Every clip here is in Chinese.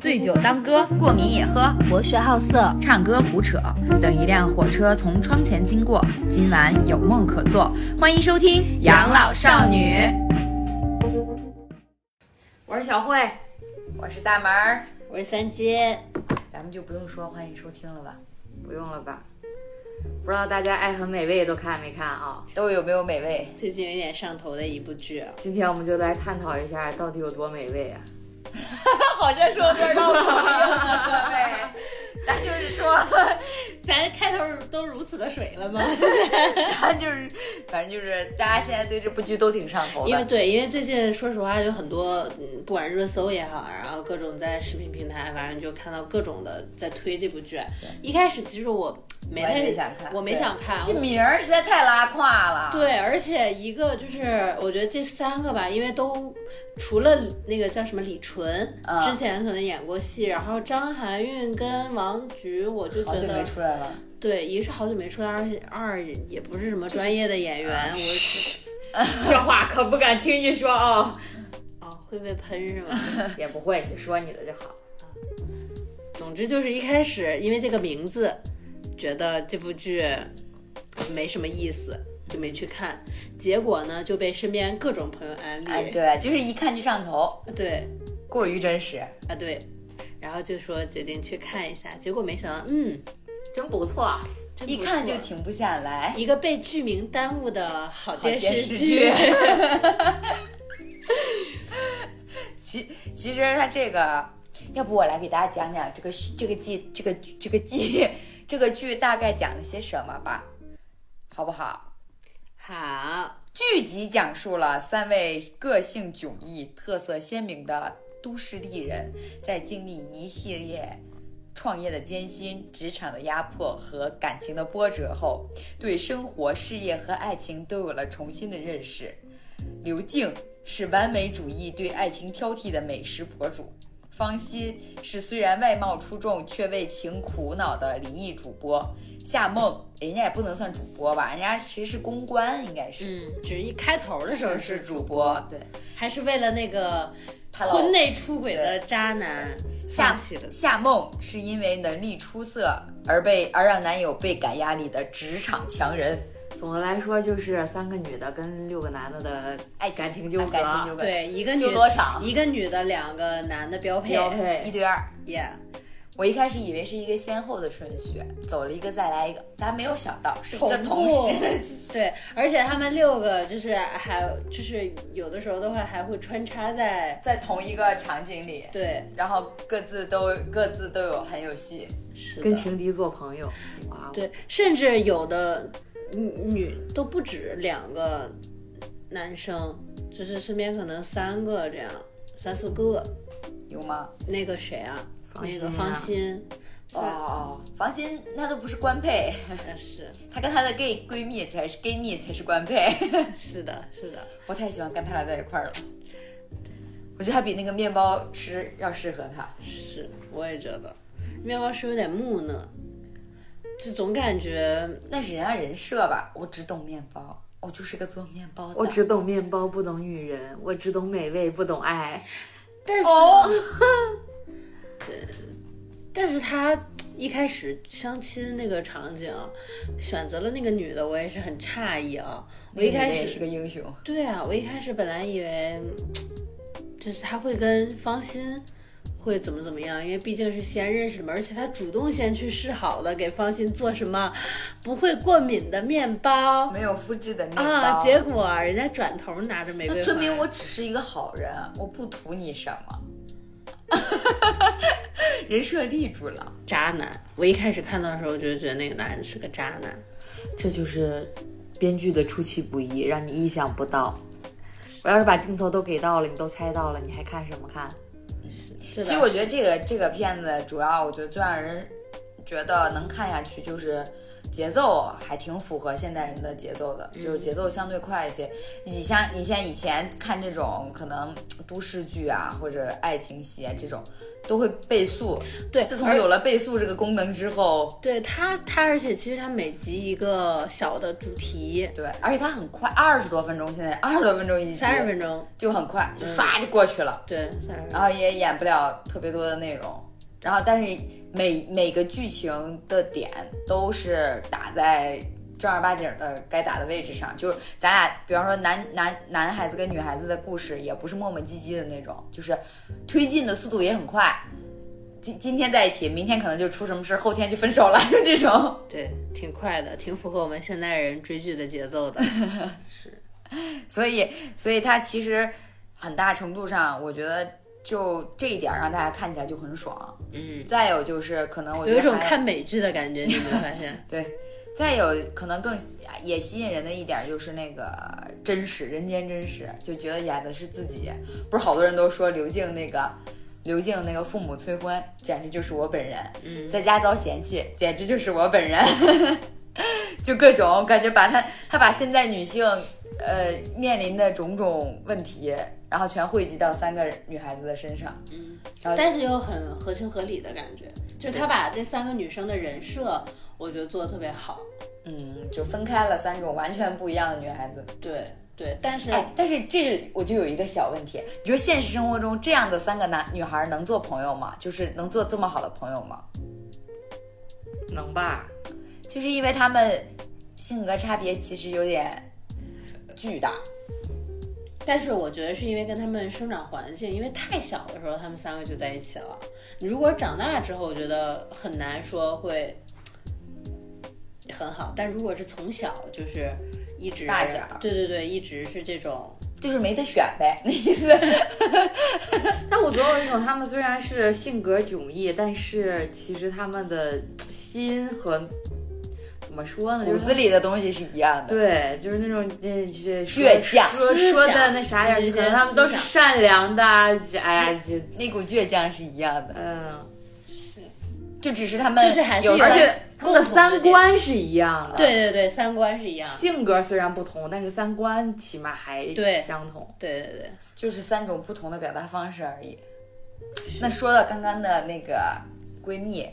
醉酒当歌，过敏也喝，博学好色，唱歌胡扯。等一辆火车从窗前经过，今晚有梦可做。欢迎收听《养老少女》，我是小慧，我是大门儿，我是三金。咱们就不用说欢迎收听了吧？不用了吧？不知道大家《爱很美味》都看没看啊？都有没有美味？最近有点上头的一部剧，啊今天我们就来探讨一下，到底有多美味啊？ 好像说多少 美味？咱就是说，咱开头都如此的水 了吗？咱就是，反正就是，大家现在对这部剧都挺上头因为的。对，因为最近说实话有很多，嗯，不管热搜也好，然后各种在视频平台，反正就看到各种的在推这部剧。啊一开始其实我没我也太没想看我没对想看，这我名儿实在太拉胯了。对，而且一个就是，我觉得这三个吧，因为都除了那个叫什么李纯，啊之前可能演过戏，然后张含韵跟王菊，我就觉好久没得出 来了。对，一是好久没出来，二是二也不是什么专业的演员，我是这话可不敢轻易说哦。哦，会被喷是 吗？也不会，你就说你的就好。总之就是一开始因为这个名字，觉得这部剧没什么意思，就没去看。结果呢，就被身边各种朋友安利，哎，对，就是一看就上头，啊对过于真实，啊对，然后就说决定去看一下，结果没想到，嗯，真不错，真一不看就错停不下来。一个被剧名耽误的好电电视视剧其其实它这个，要不我来给大家讲讲这个这个剧这个这个剧这个剧大概讲了些什么吧，好不好？ 好，剧集讲述了三位个性迥异、特色鲜明的都市丽人，在经历一系列创业的艰辛、职场的压迫和感情的波折后，对生活、事业和爱情都有了重新的认识。刘静是完美主义、对爱情挑剔的美食博主，方欣是虽然外貌出众却为情苦恼的离异主播，夏梦人家也不能算主播吧，人家其实是公关，应该是。嗯，只是一开头的时候正是式主主播，对，还是为了那个他老婚内出轨的渣男夏放弃的。夏梦是因为能力出色而被而让男友倍感压力的职场强人，总的来说就是三个女的跟六个男的的爱情感情纠葛，啊感情纠葛，对，一个女修罗场一个女的，两个男的标配。标配一对二。 Yeah，我一开始以为是一个先后的顺序，走了一个再来一个，咱没有想到是一个同同步时。对，而且他们六个就是还就是有的时候的话还会穿插在在同一个场景里，对，然后各自都各自都有很有戏，是的跟情敌做朋友，哇，对，甚至有的女女都不止两个男生，就是身边可能三个这样，三四个。有吗？那个谁啊，放那心个啊方 心，哦哦，房心那都不是官配， 呃是她跟她的 gay 闺蜜才是 gay 蜜才是官配。是的，是的，我太喜欢跟他俩在一块儿了。我觉得他比那个面包师要适合他。是，我也觉得面包师有点木讷，就总感觉那是人家啊人设吧，我只懂面包，我就是个做面包的。我只懂面包，不懂女人；我只懂美味，不懂爱。但是，哦，但是他一开始相亲那个场景，选择了那个女的，我也是很诧异啊。我一那个开女的也始是个英雄，对啊，我一开始本来以为，嗯就是他会跟方心会怎么怎么样，因为毕竟是先认识嘛，而且他主动先去示好的，给方心做什么不会过敏的面包没有肤质的面包。啊，结果人家转头拿着玫瑰那花，证明我只是一个好人，我不图你什么。 人设立住了，渣男。我一开始看到的时候，我就觉得那个男人是个渣男。这就是编剧的出其不意，让你意想不到。我要是把镜头都给到了，你都猜到了，你还看什么看？其其实我觉得这个这个片子主要，我觉得最让人觉得能看下去就是节奏还挺符合现代人的节奏的，嗯就是节奏相对快一些。你像你像以前看这种可能都市剧啊，或者爱情戏啊这种，都会倍速。对自从有了倍速这个功能之后，对它，它而且其实它每集一个小的主题，对，而且它很快，二十多分钟，现在二十多分钟一集，三十分钟，嗯就很快，就唰就过去了，对，三十然分钟。后也演不了特别多的内容，然后但是每每个剧情的点都是打在。正儿八经的该打的位置上，就是咱俩，比方说男男男孩子跟女孩子的故事，也不是磨磨唧唧的那种，就是推进的速度也很快。今今天在一起，明天可能就出什么事儿，后天就分手了，就这种。 对，挺快的，挺符合我们现代人追剧的节奏的。 所以，所以它其实很大程度上，我觉得就这一点儿让大家看起来就很爽。嗯，再有就是，可能我觉有得一种还看美剧的感觉，你有没有发 现？对，再有可能更也吸引人的一点儿就是那个真实，人间真实，就觉得演的是自己。不是好多人都说刘静那个。刘静那个父母催婚，简直就是我本人。嗯在家遭嫌弃，简直就是我本人。 就各种感觉把她，她把现在女性，呃，面临的种种问题，然后全汇集到三个女孩子的身上。嗯，然后但是又很合情合理的感觉，就是他把这三个女生的人设，我觉得做的特别好。嗯，就分开了三种完全不一样的女孩子。对对，但是哎，但是这我就有一个小问题，你说现实生活中这样的三个男女孩能做朋友吗？就是能做这么好的朋友吗？能吧？就是因为他们性格差别其实有点巨大。但是我觉得是因为跟他们生长环境，因为太小的时候他们三个就在一起了。你如果长大之后，我觉得很难说会嘖很好。但如果是从小就是一直发小对对对，一直是这种，就是没得选呗， 那意思。但我总有一种，他们虽然是性格迥异，但是其实他们的心和怎么说呢，就骨是他子里的东西是一样的。对，就是那种那这说倔强说思说的想那啥点就是儿，一些可能他们都思是想善良的，哎呀，这那股倔强是一样的，嗯，就只是他们就是还是有有而且他共们的同三的点观是一样的，对对对，三观是一样。性格虽然不同，但是三观起码还对相同。对对对，就是三种不同的表达方式而已。那说到刚刚的那个闺蜜，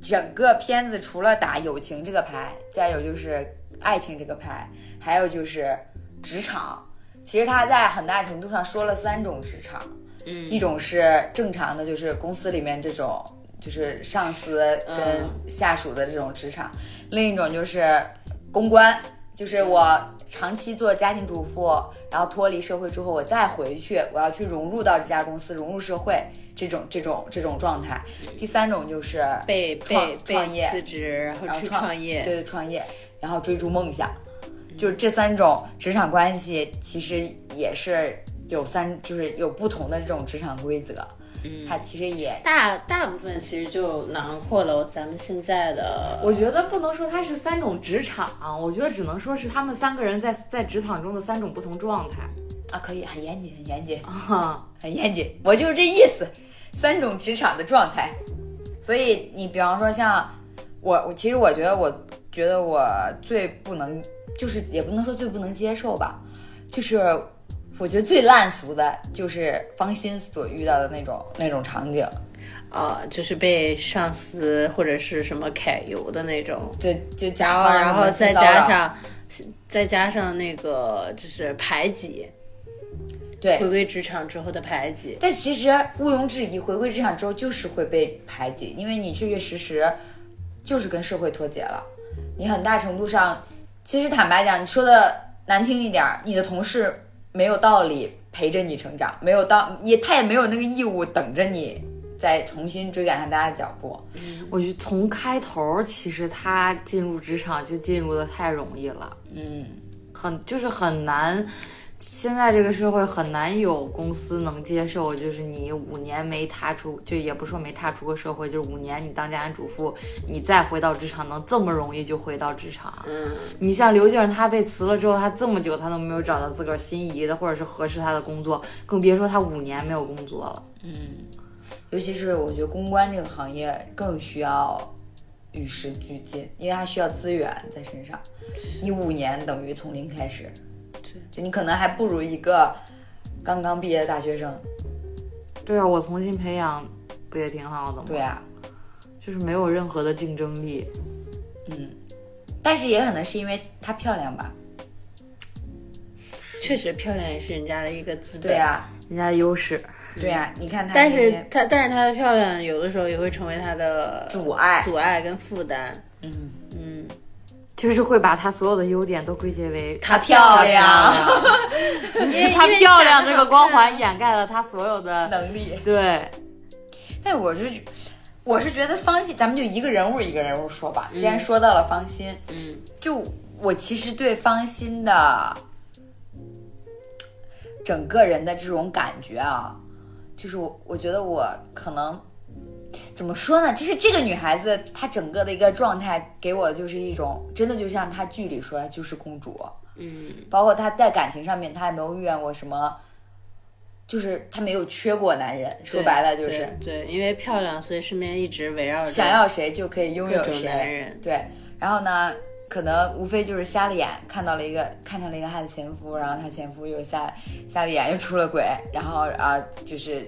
整个片子除了打友情这个牌，再有就是爱情这个牌，还有就是职场。其实她在很大程度上说了三种职场，嗯一种是正常的，就是公司里面这种，就是上司嗯跟下属的这种职场；另一种就是公关，就是我长期做家庭主妇，然后脱离社会之后，我再回去，我要去融入到这家公司，融入社会这种这种这种状态。第三种就是被创被创被业辞职，然然后后去创业，对创业，然后追逐梦想，就是这三种职场关系，其实也是有三，就是有不同的这种职场规则。嗯，它其实也大大部分其实就囊括了咱们现在的，我觉得不能说它是三种职场，我觉得只能说是他们三个人在在职场中的三种不同状态。 啊，可以很严谨，很严谨，啊，很严谨。我就是这意思，三种职场的状态。所以你比方说像我，我其实我觉得我觉得我最不能，就是也不能说最不能接受吧，就是我觉得最烂俗的就是芳心所遇到的那种那种场景。呃，就是被上司或者是什么揩油的那种，就就然加后上哦然后文字再骚加扰上再加上那个就是排挤，回对，归职场之后的排挤，但其实毋庸置疑，回归职场之后就是会被排挤，因为你确确实实就是跟社会脱节了。你很大程度上，其实坦白讲，你说的难听一点儿，你的同事没有道理陪着你成长，没有道你他也没有那个义务等着你再重新追赶上大家的脚步。我觉得从开头其实他进入职场就进入的太容易了，嗯，很就是很难。现在这个社会很难有公司能接受，就是你五年没踏出，就也不是说没踏出过社会，就是五年你当家庭主妇，你再回到职场能这么容易就回到职场？啊嗯，你像刘静，她被辞了之后，她这么久她都没有找到自个儿心仪的或者是合适她的工作，更别说她五年没有工作了。尤其是我觉得公关这个行业更需要与时俱进，因为它需要资源在身上。你五年等于从零开始，就你可能还不如一个刚刚毕业的大学生。对啊，我重新培养不也挺好的吗？对啊，就是没有任何的竞争力。嗯，但是也可能是因为她漂亮吧？确实漂亮也是人家的一个资本。对啊，人家优势，对啊，你看她那但些，是她，但是她的漂亮有的时候也会成为她的阻碍，阻碍跟负担。嗯，嗯，就是会把她所有的优点都归结为她漂亮， 因为她漂亮这个光。因为长得好看环掩盖了她所有的能力。对。但我是觉，我是觉得方心，咱们就一个人物一个人物说吧。既然说到了方心，嗯，就我其实对方心的整个人的这种感觉啊，就是我我觉得我可能怎么说呢？就是这个女孩子她整个的一个状态给我的就是一种真的就像她剧里说的，就是公主。嗯，包括她在感情上面，她也没有遇见过什么，就是她没有缺过男人。说白了就是，对对，因为漂亮，所以身边一直围绕着想要谁就可以拥有各种谁。男人对，然后呢，可能无非就是瞎了眼，看到了一个看上了一个她的前夫，然后她前夫又瞎瞎了眼，又出了轨，然后啊、就是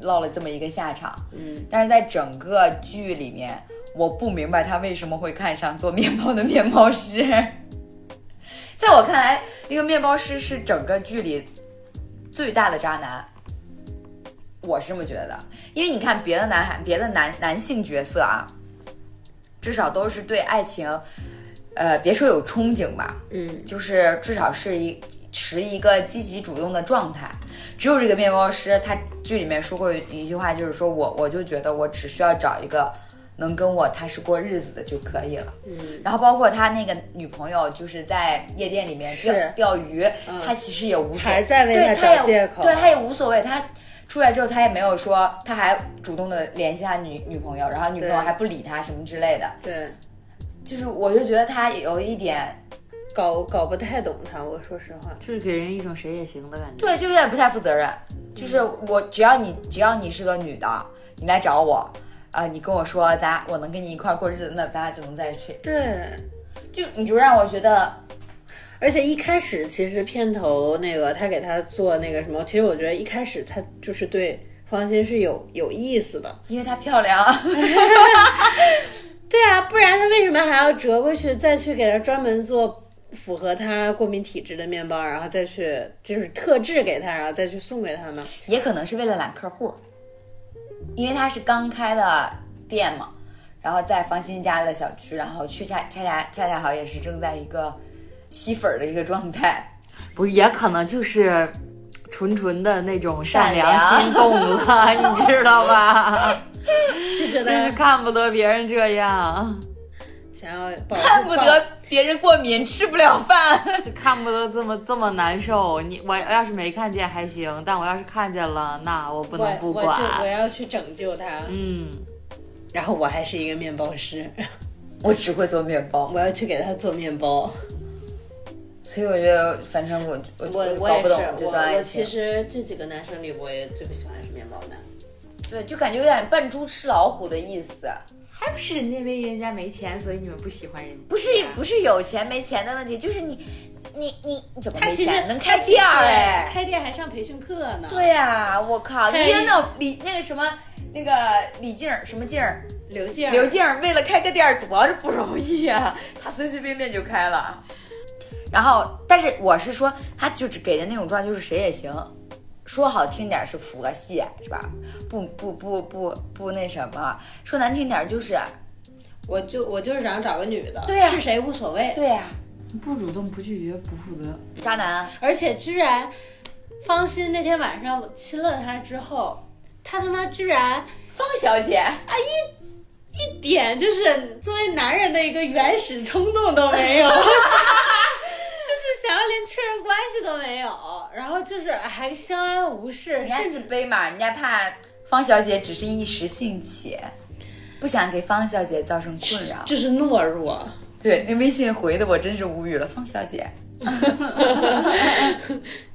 落了这么一个下场。嗯，但是在整个剧里面，我不明白她为什么会看上做面包的面包师。 在我看来，那个面包师是整个剧里最大的渣男。我是这么觉得的，因为你看别的男孩、别的男男性角色啊，至少都是对爱情，呃，别说有憧憬吧，嗯，就是至少是一持一个积极主动的状态。只有这个面包师，他剧里面说过一句话，就是说我我就觉得我只需要找一个能跟我踏实过日子的就可以了。嗯，然后包括他那个女朋友，就是在夜店里面钓是钓鱼，嗯他其实也无所还在为对他他也找借口，啊对他也无所谓。他出来之后，他也没有说，他还主动的联系他女女朋友，然后女朋友对还不理他什么之类的。对就是我就觉得他有一点搞搞不太懂他，我说实话，就是给人一种谁也行的感觉。对，就有点不太负责任。就是我只要你只要你是个女的，你来找我，啊、你跟我说咱我能跟你一块儿过日子，那咱俩就能在一起。对，就你就让我觉得，而且一开始其实片头那个他给他做那个什么，其实我觉得一开始他就是对方心是有有意思的。因为她漂亮，对啊，不然他为什么还要折过去再去给他专门做符合他过敏体质的面包，然后再去就是特制给他，然后再去送给他呢？也可能是为了揽客户，因为她是刚开的店嘛，然后在方欣家的小区，然后去恰恰恰恰恰好也是正在一个吸粉儿的一个状 态。不是，也可能就是纯纯的那种善善良良心动了， 你知道 吧？就觉真是得看不得别人这样，想要保护看不得别人过敏，吃不了饭。就看不得这么这么难受。你我要是没看见还行，但我要是看见了，那我不我能不我就我管。要去拯救他，嗯，然后我还是一个面包师， 我只会做面包，我要去给他做面包。所以我觉得，反正我我我我我搞也不是，懂我这段爱我情其，实这几个男生里，我也最不喜欢的是面包男。对，就感觉有点扮猪吃老虎的意思。还不是人家因为人家没钱，所以你们不喜欢人家。不是不是有钱没钱的问题，就是你你你你怎么他没其实钱能开店儿哎，哎？开店还上培训课呢。对呀、我靠！开你看那李那个什么那个李静儿什么静儿刘静，刘静儿为了开个店儿多是不容易呀、她随随便便就开了。然后，但是我是说，她就只给人那种状态，就是谁也行。说好听点儿是佛系，是吧？不不不不不那什么，说难听点儿就是，我就我就是想找个女的，对呀是谁无所谓。对呀、不主动、不拒绝、不负责，渣男。而且居然，方心那天晚上我亲了她之后，她他妈居然方小姐，一点就是作为男人的一个原始冲动都没有， 就是想要连确认关系都没有，然后就是还相安无事，人家甚自至卑嘛，人家怕方小姐只是一时兴起，不想给方小姐造成困扰。就是懦弱。 对，那微信回的我真是无语了，方小姐。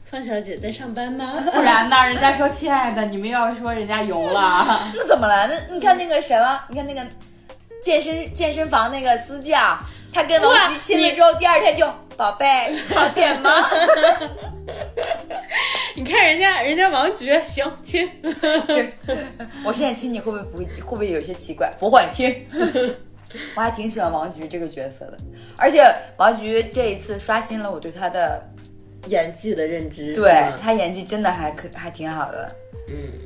方小姐在上班吗？不然呢？人家说亲爱的，你们要是说人家油了， 那怎么了？那你看那个什么，你看那个健身健身房那个私教，他跟王菊亲了之后，第二天就宝贝好点吗？ 你看人家，人家王菊行亲，我现在亲你会不会不会会不会有些奇怪？不会亲。 我还挺喜欢王菊这个角色的，而且王菊这一次刷新了我对她的，演技的认知，对嗯她演技真的还可还挺好的。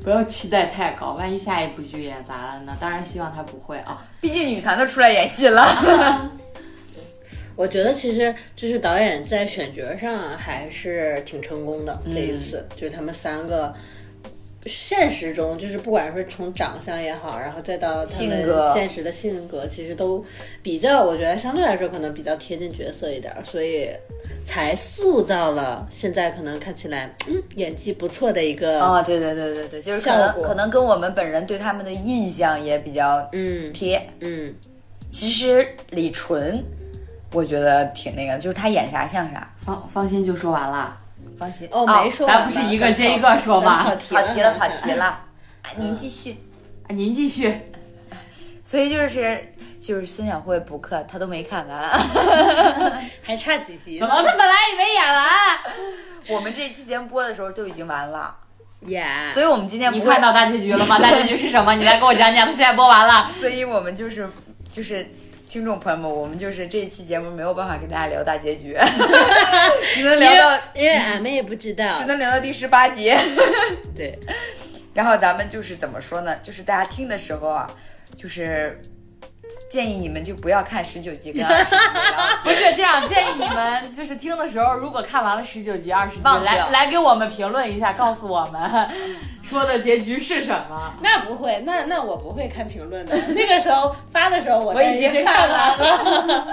不要期待太高，万一下一部剧演砸了呢？当然希望他不会 啊。毕竟女团都出来演戏了，我觉得其实就是导演在选角上啊还是挺成功的，这一次嗯就是他们三个。现实中就是不管说从长相也好，然后再到他们性格现实的性格，其实都比较，我觉得相对来说可能比较贴近角色一点儿，所以才塑造了现在可能看起来嗯演技不错的一 个哦，对对对对对，就是可效能果可能跟我们本人对他们的印象也比较嗯贴。嗯其实李纯，我觉得挺那个的，就是她演啥像啥。放放心就说完了，啊放心哦没说完吧，咱不是一个接一个说吗咱跑题了，跑好 像题了。啊嗯您继续。啊您继续。所以就是就是孙晓慧补课，她都没看完。 还差几集怎么他本来也没演完？我们这期节目播的时候都已经完了，演所以我们今天你不会看，到大结局了吗？大结局是什么？你来给我讲讲。他现在播完了。所以我们就是就是。听众朋友们，我们就是这一期节目没有办法跟大家聊大结 局，只能聊到因为因为俺们也不知道只，能聊到第十八集。 对，然后咱们就是怎么说呢？就是大家听的时候啊，就是建议你们就不要看十九集跟二十集，然后 不是这样，建议你们就是听的时候，如果看完了十九集、二十集，忘掉来来给我们评论一下，告诉我们 说的结局是什么。那不会，那那我不会看评论的。那个时候发的时候，我我已已经经看完了。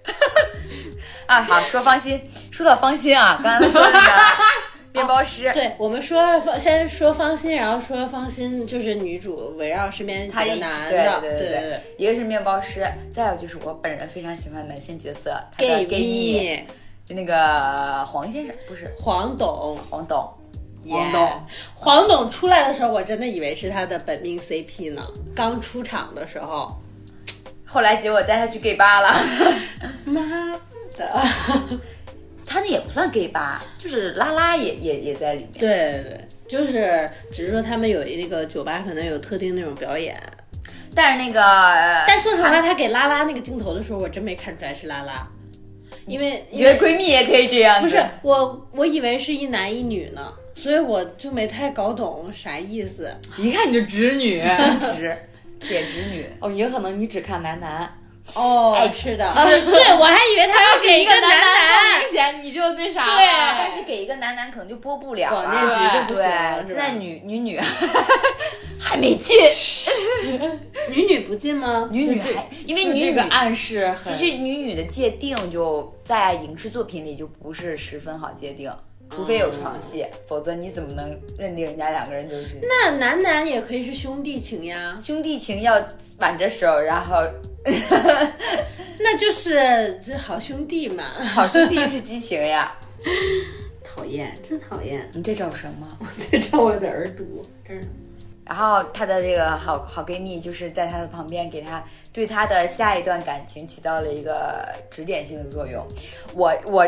啊，好说芳心，说到芳心啊，刚才说那个面包 师，对，我们说方先说方心，然后说方心就是女主围绕身边几他个一起男对的，对对对，一个是面包师，再有就是我本人非常喜欢的男性角色，他的 gay gay 蜜，蜜就那个黄先生不是黄董，黄董，黄 yeah 董，黄董出来的时候，我真的以为是他的本命 CP 呢，刚出场的时候，后来结果带他去 gay 吧了，妈的， 他那也不算 gay 吧，就是拉拉也也也在里面，对对对，就是只是说他们有那个酒吧可能有特定那种表演，但是那个呃但说实话，他给拉拉那个镜头的时候，我真没看出来是拉拉，因为因觉得为闺蜜也可以这样子，不是我，我以为是一男一女呢，所以我就没太搞懂啥意思。一看你就直女。直铁直女。 哦，也可能你只看男男，哦哎是的，其实对我还以为他要给一个男男，明显你就那啥了。对但是给一个男男可能就播不了广啊，电局就不行对，了是现吧在女女女 还没进，女女不进吗？女女这还因为就女这个女暗示很，其实女女的界定就在影视作品里就不是十分好界定，除非有床戏，否则你怎么能认定人家两个人就是那男男也可以是兄弟情呀，兄弟情要挽着手，然后那就是这好兄弟嘛。 好兄弟是激情呀？讨厌，真讨厌， 你在找什么？这找我的耳朵，真的。然后她的这个好好闺蜜就是在她的旁边，给她对她的下一段感情起到了一个指点性的作用。我我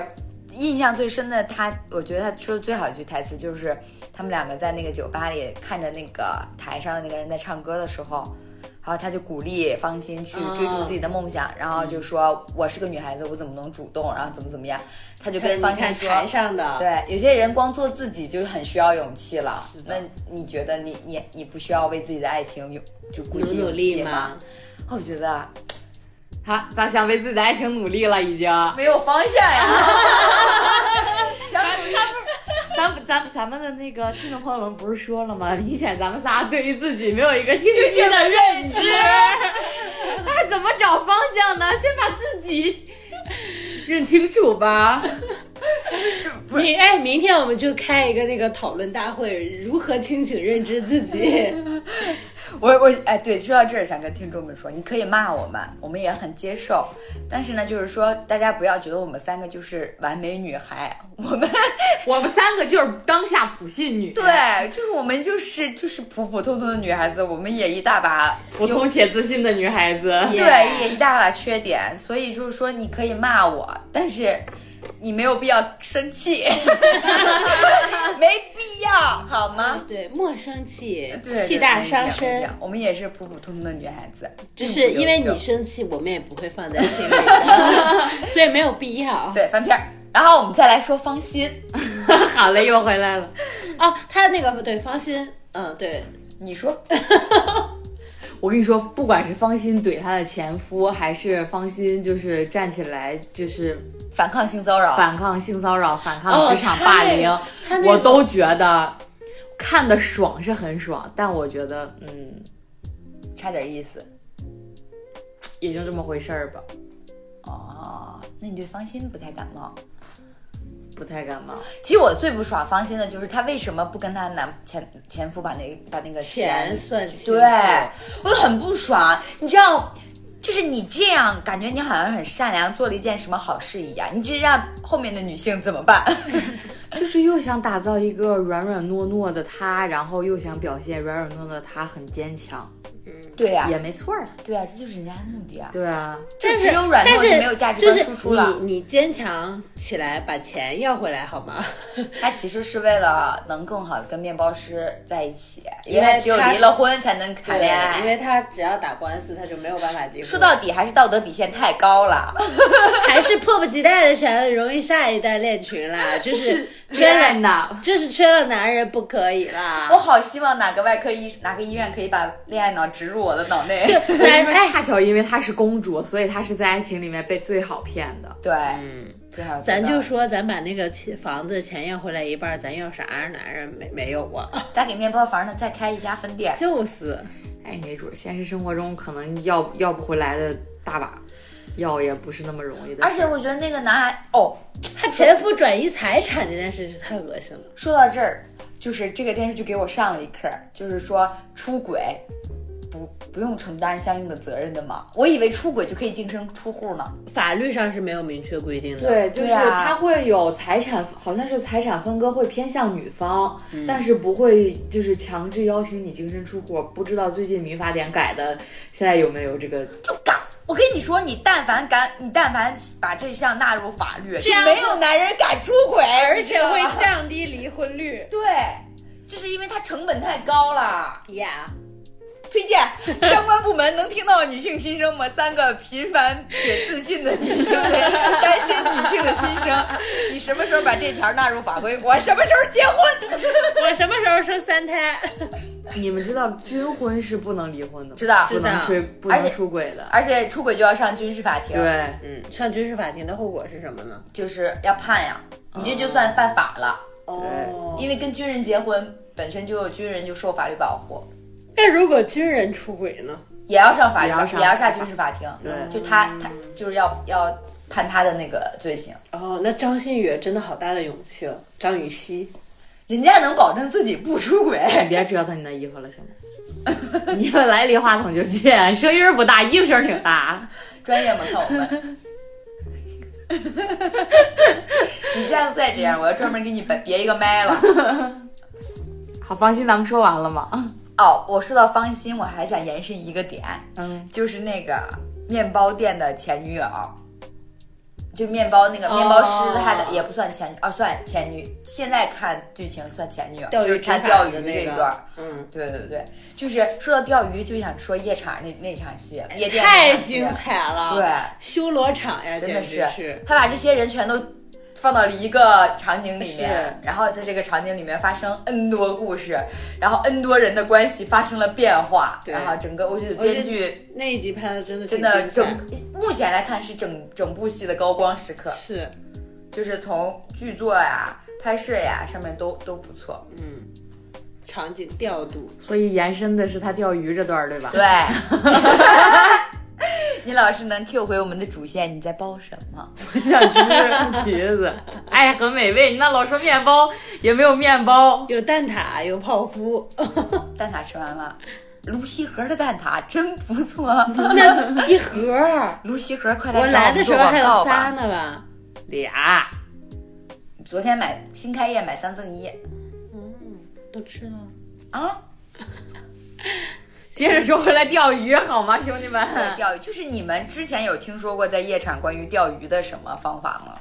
印象最深的她，我觉得她说的最好一句台词就是他们两个在那个酒吧里看着那个台上的那个人在唱歌的时候。然后她就鼓励方心去追逐自己的梦想，然后就说：“我是个女孩子，我怎么能主动？然后怎么怎么样？”她就跟方你心看说：“台上的，对，有些人光做自己就很需要勇气了。那的你觉得你你你不需要为自己的爱情勇就鼓努起努勇力气嘛吗？。哦我觉得他咋想为自己的爱情努力了已经。没有方向呀。想努力咱们咱们咱们的那个听众朋友们不是说了 吗？明显咱们仨对于自己没有一个清晰的认知， 那怎么找方 向呢？先把自己认清楚吧。就不不是你哎，明天我们就开一个那个讨论大会，如何清醒认知自己？我我哎，对，说到这儿，想跟听众们说，你可以骂我们，我们也很接受。但是呢，就是说，大家不要觉得我们三个就是完美女孩，我们我们三个就是当下普信女，对，就是我们就是就是普普通通的女孩子，我们也一大把普通且自信的女孩子。对，也一大把缺点，所以就是说你可以骂我，但是你没有必要生气， 没必要，好吗？ 对，莫生气，对对气大没必伤要没必身要。我们也是普普通通的女孩子，就是因为并不优你秀生气，我们也不会放在心里 的，所以没有必要。对翻篇儿，然后我们再来说芳心， 好嘞，又回来了。哦，他那个对，芳心，嗯，对，你 说我跟你说，不管是芳心怼她的前夫，还是芳心就是站起来就是反抗性骚扰，反抗性骚扰、反抗哦职场霸凌，他那他那个我都觉得看的爽是很爽，但我觉得嗯，差点意思也就这么回事儿吧，哦。那你对芳心不太感冒？不太感冒。其实我最不爽芳心的就是她为什么不跟她男前前夫把那把那个钱算清楚对，我就很不爽。你知道，就是你这样，感觉你好像很善良，做了一件什么好事一样。你这让后面的女性怎么办？ 就是又想打造一个软软糯糯的他，然后又想表现软软糯糯的他很坚强，对呀、也没错儿了。对呀、这就是人家的目的啊。对啊，就但是只有软但弱是就没有价值观输出了。就是你你坚强起来，把钱要回来好吗？他其实是为了能更好的跟面包师在一起，因因为为只有他离了婚才能谈恋 对爱。因为他只要打官司，他就没有办法离婚。说到底还是道德底线太高啊了。还是迫不及待的想容易下一代恋群啦，就是缺了 真，的。就是缺了男人不可以啦 我。好希望哪个外科医哪个医院可以把恋爱脑植入我的脑内。就咱因为哎， 恰巧因为她是公主，所以她是在爱情里面被最好骗的。对，嗯，最好咱就说。说咱把那个钱房子钱要回来一半儿，咱要啥样男人没没有啊？咱给面包房呢再开一家分店，就是，哎，没准儿现实生活中可能要要不回来的大把，要也不是那么容易的而事且儿。我觉得那个男孩哦，他前夫转移财产这件事情太恶心了。说到这儿，就是这个电视剧给我上了一课，就是说出轨不不用承担相应的责任的嘛。我以为出轨就可以净身出户呢。法律上是没有明确规定的。，对，就是对啊他会有财产，好像是财产分割会偏向女方，但是不会就是强制邀请你净身出户。不知道最近民法典改的，现在有没有这个？就敢，我跟你说，你但凡敢，你但凡把这项纳入法律，这就样没有男人敢出轨，而降低离婚率对，就是因为它成本太高了。呀。推荐相关部门能听到女性心声吗？ 三个平凡且自信的女 性为单身女性的心声，你什么时候把这条纳入法规？我什么时候结婚？ 我什么时候生三胎？你们知道军婚是不能离婚的吗？知道不能知道吹，不而且能出轨的。而且出轨就要上军事法庭，，对，嗯，上军事法庭的后果是什么呢？就是要判呀，你这就算犯法了，哦因为跟军人结婚本身就有军人就受法律保护， 那如果军人出轨呢？也要上法律，也要上也要上军事法庭，对就他他就是要要判他的那个罪行。哦，那张馨予真的好大的勇气哦，张雨绮。人家能保证自己不出轨，你别折腾你的衣服了，行吗？ 你又来离话筒就近，声音儿不大，衣服声儿挺大。 专业门看我 们。你下次再这样，我要专门给你别别一个麦了。好，放心，咱们说完了吗？哦，我说到芳心，我还想延伸一个点，嗯，就是那个面包店的前女友，就面包那个面包师哦他的、也不算前女，啊，算前女。现在看剧情算前女友，钓就鱼是他执法钓鱼的这那一个段儿。嗯，对对对，就是说到钓鱼，就想说夜场那那场戏，夜店那太场戏精彩了。对，修罗场呀，真简的直是，他把这些人全都放到了一个场景里面，是然后在这个场景里面发生 N 多故事，然后 N 多人的关系发生了变化，对然后整个我觉得我觉编得剧那一集拍的真的挺真的精整彩目前来看是整整部戏的高光时刻，是，就是从剧作呀、拍摄呀上面都都不错。嗯，场景调度。所以延伸的是他钓鱼这段儿，对吧？对， 你老是能 Q 回我们的主线，你在包什么？对，想吃橘子。爱很美味。你那老说面包也没有面包，有蛋挞，有泡芙， 蛋挞吃完了，卢溪河的蛋挞真不错。那一盒儿。卢溪河，快来我找来的们时做候广还有告仨吧！呢吧？俩昨天买新开业买三赠一都吃了。啊！接着说回来钓鱼好吗，兄弟们？钓鱼就是你们之前有听说过在夜场关于钓鱼的什么方法吗？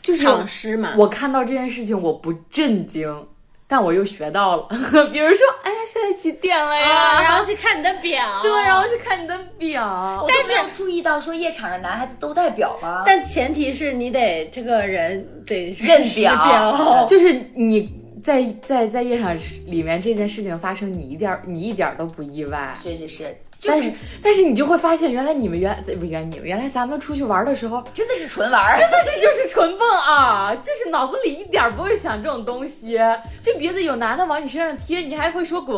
就是唱诗嘛，我看到这件事情，我不震惊，但我又学到了。 比如说，哎呀，现在几点了呀？啊， 然后去看你的表。对，啊然后去看你的表。但是有注意到说夜场的男孩子都戴表吗？但前提是你得这个人得认识表表就是你在在在夜场里面这件事情发生，你一点儿你一点儿都不意外。是是是，就但是但是你就会发现，原来你们原不原你们原来咱们出去玩的时候，真的是纯玩儿，真的这就是纯蹦啊，就是脑子里一点儿不会想这种东西，就别的有男的往你身上贴，你还会说滚。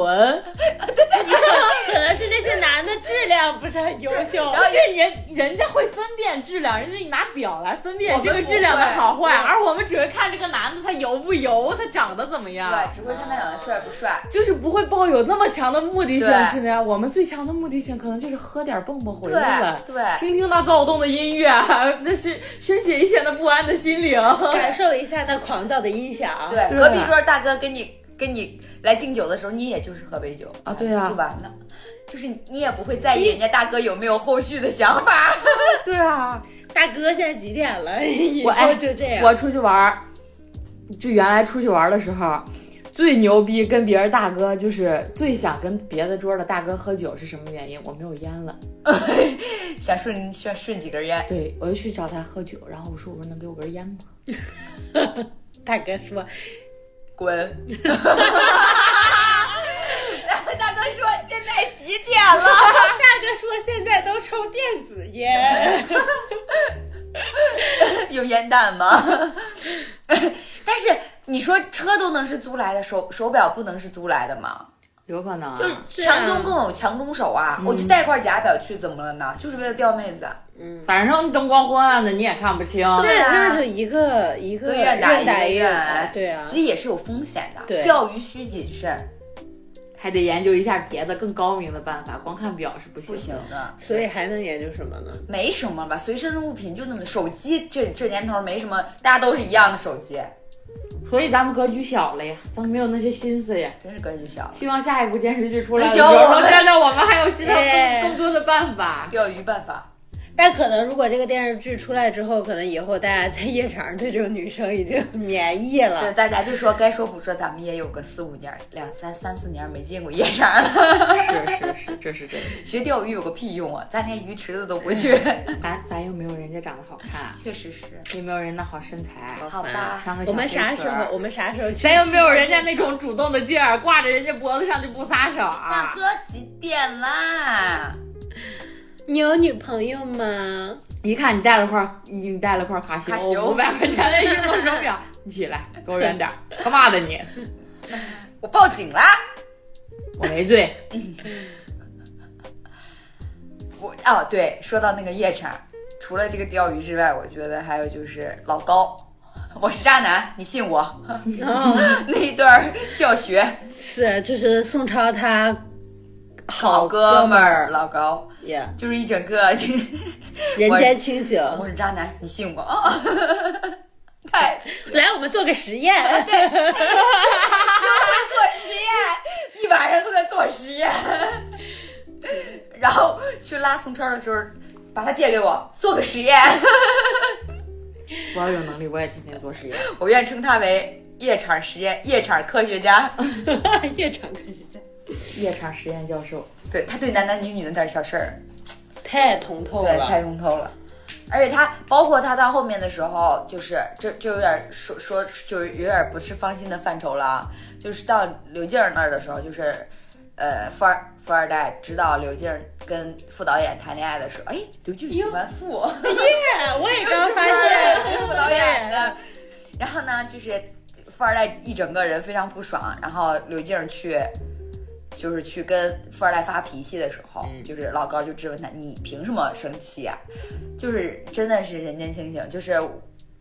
可能是那些男的质量不是很优秀。 不是人，人家会分辨质量，人家拿表来分辨我们这个质量的好不会坏，而我们只会看这个男的他油不油，他长得怎么样。对，只会看他长得帅不帅。就是不会抱有那么强的目的性对，是的呀。我们最强的目的性可能就是喝点蹦蹦回对来了，对，听听那躁动的音乐， 那是宣泄一下那不安的心灵。感受一下那狂躁的音响，，啊对，对隔壁桌大哥跟你跟你来敬酒的时候，你也就是喝杯酒啊对啊就完了，就是你也不会在意人家大哥有没有后续的想法。 对啊，大哥现在几点了？以我后哎就这样。我出去玩儿，就原来出去玩儿的时候，最牛逼跟别人大哥就是最想跟别的桌的大哥喝酒是什么原因？我没有烟了， 想顺顺顺几根烟，对我就去找他喝酒，然后我说我说能给我根烟吗？大哥说， 滚。 然后大哥说现在几点了？大哥说现在都抽电子烟，有烟弹吗？ 但是你说车都能是租来的，手手表不能是租来的吗？有可能、啊，就是啊强中更有强中手嗯啊！我就带块假表去，怎么了呢？就是为了钓妹子。啊反正灯光昏暗的你也看不清。对啊那就一个一个愿打愿打一一个个愿哎挨对啊，所以也是有风险的。对钓鱼需谨慎，还得研究一下别的更高明的办法，光看表是不行不的。行的。所以还能研究什么呢？没什么吧，随身物品就那么，手机这这年头没什么，大家都是一样的手机，所以咱们格局小了呀，咱们没有那些心思呀。真是格局小了。希望下一部电视剧出来能的时教候，我们哎能 看到我们还有其他对更更多的 办法。钓鱼办法，但可能如果这个电视剧出来之后，可能以后大家在夜场上对这种女生已经免疫对了。大家就说该说不说，咱们也有个四五年、两三三四年没进过夜场了，是是是，这是真的。学钓鱼有个屁用啊！咱连鱼池子都不 去，咱咱又没有人家长得好看，确实是。也没有人那好身材，嗯好啊吧，穿个小我们黑啥裙时儿候？我们啥时候去？咱又没有人家那种主动的劲儿，挂着人家脖子上就不撒手大啊。哥几点啦？你有女朋友吗？一看你带了块，你带了块卡西卡西欧欧五百块钱的运动手表，你起来，给我远点儿，干嘛的你？我报警啦！我没醉，我哦，对，说到那个夜场，除了这个钓鱼之外，我觉得还有就是老高，我是渣男，你信我？ 那一段儿教学，哦是，就是宋超他好哥哥们儿了老高，也就是一整个，人间清醒。我是渣男，你信我啊？ 太来，我们做个实验，做实验，一晚上都在做实验， 然后去拉宋超的时候，把他借给我做个实验， 我要有能力，我也天天做实验。我愿称他为夜场实验夜场科学家。 夜场科学家夜场实验教授，对他对男男女女的那点小事儿，太通透对，太了。通透了。而且他，包括他到后面的时候，就是这这有点说说，就是有点不是芳心的范畴了啊。就是到刘静儿那儿的时候，就是，呃，富二富二代知道刘静儿跟副导演谈恋爱的时候，哎，刘静儿喜欢富，哎我也就是刚 富发二代是现，副导演的。然后呢，就是富二代一整个人非常不爽，然后刘静儿去。就是去跟富二代发脾气的时候，嗯就是老高就质问他：“你凭什么生气啊？”就是真的是人间清醒，就是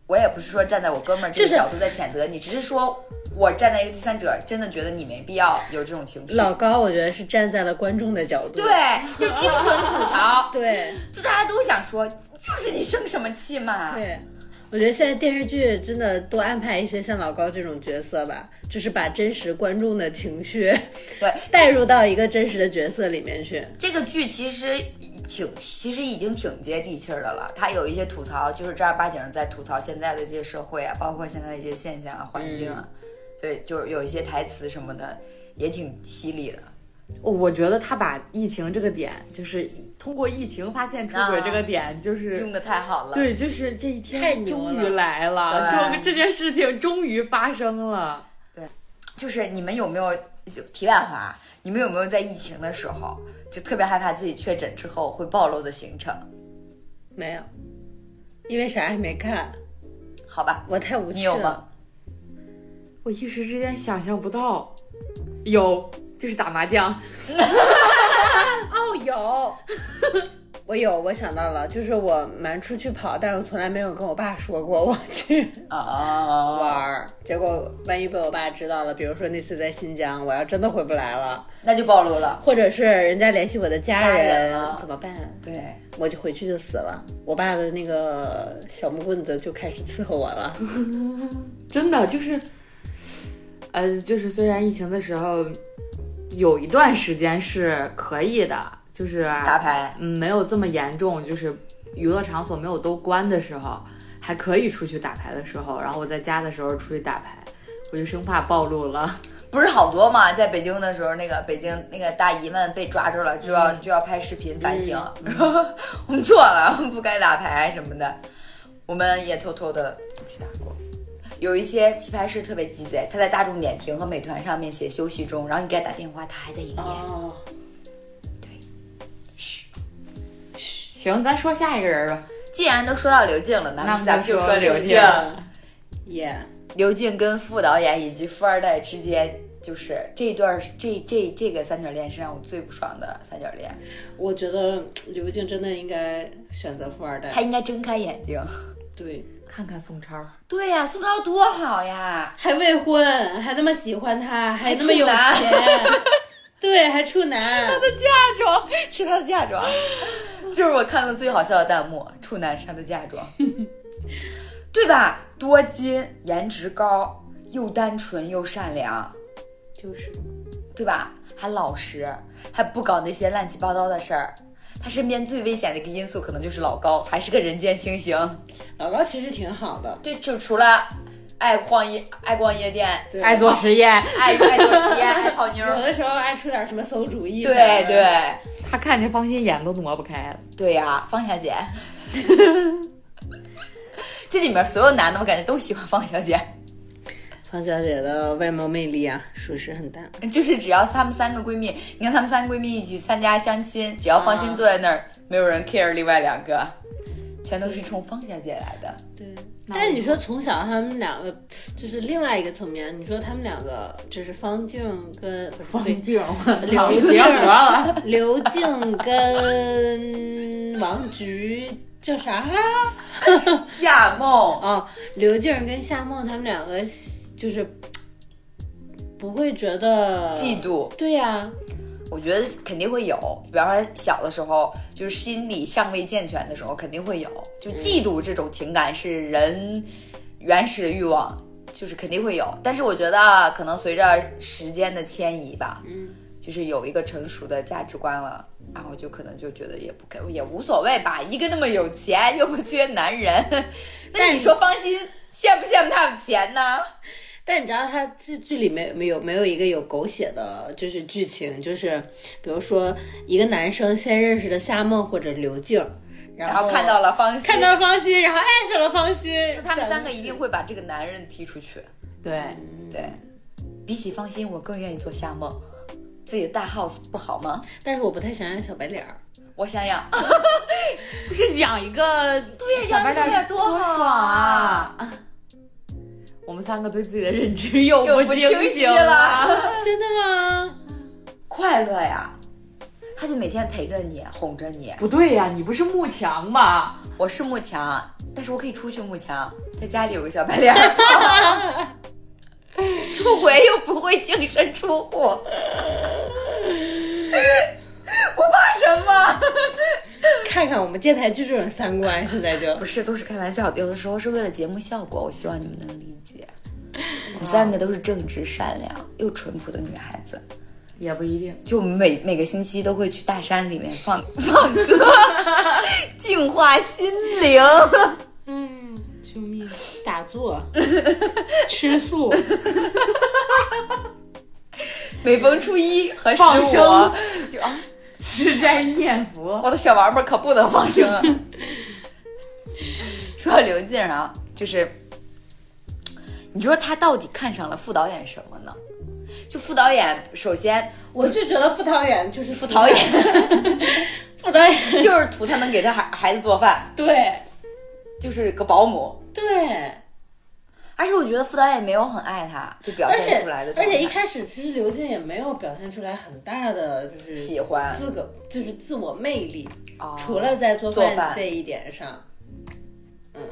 我也不是说站在我哥们儿这就个是角度在谴责你，只是说我站在一个第三者，真的觉得你没必要有这种情绪。老高，我觉得是站在了观众的角度，，对，就精准吐槽对就大家都想说，就是你生什么气 嘛？对，我觉得现在电视剧真的多安排一些像老高这种角色吧，就是把真实观众的情绪对 带入到一个真实的角色里面去。这个剧其实挺，其实已经挺接地气儿的了。它有一些吐槽，就是正儿八经儿在吐槽现在的这些社会啊，包括现在的一些现象啊、环境啊。对，就是有一些台词什么的也挺犀利的。哦我觉得他把疫情这个点，就是通过疫情发现出轨这个点，就是用的太好了。对，就是这一太天牛终于了来了，对终这件事情终于发生了。就是你们有没有就题外话？你们有没有在疫情的时候就特别害怕自己确诊之后会暴露的行程？没有，因为啥也没看，好吧，我太无你趣有了。吗？我一时之间想象不到，有就是打麻将，哦，有， 我有，我想到了，就是我蛮出去跑，但是我从来没有跟我爸说过我去玩啊，儿，结果万一被我爸知道了，比如说那次在新疆，我要真的回不来了，那就暴露了。或者是人家联系我的家人，家人啊怎么办？对，我就回去就死了，我爸的那个小木棍子就开始伺候我了。真的就是，呃，就是虽然疫情的时候有一段时间是可以的，就是打牌嗯，没有这么严重，就是娱乐场所没有都关的时候，还可以出去打牌的时候，然后我在家的时候出去打牌，我就生怕暴露了。 不是好多嘛？在北京的时候，那个北京那个大姨们被抓住了，就要、嗯就要拍视频反省，说 我们错了，我们不该打牌什么的。我们也偷偷的去打过。有一些棋牌室特别鸡贼，他在大众点评和美团上面写休息中，然后你给他打电话，他还在营业。哦，行，咱说下一个人吧。既然都说到刘静了，咱那我们们咱们就就说说刘刘静静。耶、刘静跟副导演以及富二代之间，就是这段这这这个三角恋是让我最不爽的三角恋。我觉得刘静真的应该选择富二代他。应该睁开眼睛。对，看看宋超，对呀、宋超多好 呀！还未婚，还那么喜欢他，还那处么有男钱， 对，还处男。嫁妆是他的嫁妆，就是我看到最好笑的弹幕：处男是他的嫁妆， 对吧？多金，颜值高，又单纯又善良， 就是对吧？还老实，还不搞那些乱七八糟的事儿。他身边最危险的一个因素可能就是老高，还是个人间清醒。老高其实挺好的，对，就除了爱逛夜爱逛夜店，对爱做实验， 爱爱做实验，爱泡妞有儿，的时候爱出点什么馊主意。对对他看见方心眼都挪不开了。对呀、方小姐。 这里面所有男的，我感觉都喜欢方小姐，方小姐的外貌魅力啊，属实很大。就是只要她们三个闺蜜，你看她们三个闺蜜一起参加相亲，只要方心坐在那儿，没有人 care 另外两个，全都是冲方小姐来的。对，那但是我你说从小他们两个就是另外一个层面，你说他们两个就是方静跟不是对 病， 刘刘静结核了。刘静跟王菊叫啥？啊夏梦，哦，刘静跟夏梦他们两个就是不会觉得嫉。妒，对呀、我觉得肯定会有。比方说小的时候，就是心理尚未健全的时候，肯定会有。就嫉妒这种情感是人原始的欲望，就是肯定会有。但是我觉得可能随着时间的迁移吧，嗯，就是有一个成熟的价值观了，然后就可能就觉得也不可也无所谓吧。一个那么有钱又不缺男 人， 那但你说芳心羡不羡慕他有钱呢？但你知道他这剧里面没有没有一个有狗血的，就是剧情，就是比如说一个男生先认识的夏梦或者刘静，然然后看到了芳心，看到了芳心，然后爱上了芳心，那他们三个一定会把这个男人踢出去。对，嗯对，比起芳心，我更愿意做夏梦。自己的大 house 不好吗？但是我不太想要小白脸儿。 我想想，不是养一个对养个小白脸多多好爽啊！我们三个对自己的认知又又不不清晰醒 了，真的吗？快乐呀！他就每天陪着你，哄着你。不对呀、你不是慕强吗？我是慕强，但是我可以出去慕强。在家里有个小白脸儿， 出轨又不会净身出 户，我怕什么？看看我们电台就这种三观，现在就不是，都是开玩笑的，有的时候是为了节目效果，我希望你们能理解。嗯我们三个都是正直、善良又淳朴的女孩子，也不一定。就我们每每个星期都会去大山里面放放歌， 净化心灵。嗯，救命！ 打坐，吃 素，每逢初一和十放五，生就啊，只斋念佛，我的小玩意儿可不能放生啊。 说到刘静啊，就是你说他到底看上了副导演什么呢？就副导演，首先我就觉得副导演就是副导演， 副导演就是图他能给他孩孩子做饭，对就是个保姆。对，而且我觉得副导演没有很爱他，就表而现且出来的而且一状态开始其实刘静也没有表现出来很大的就是喜欢，自个就是自我魅力，哦除了在做做饭饭这一点上，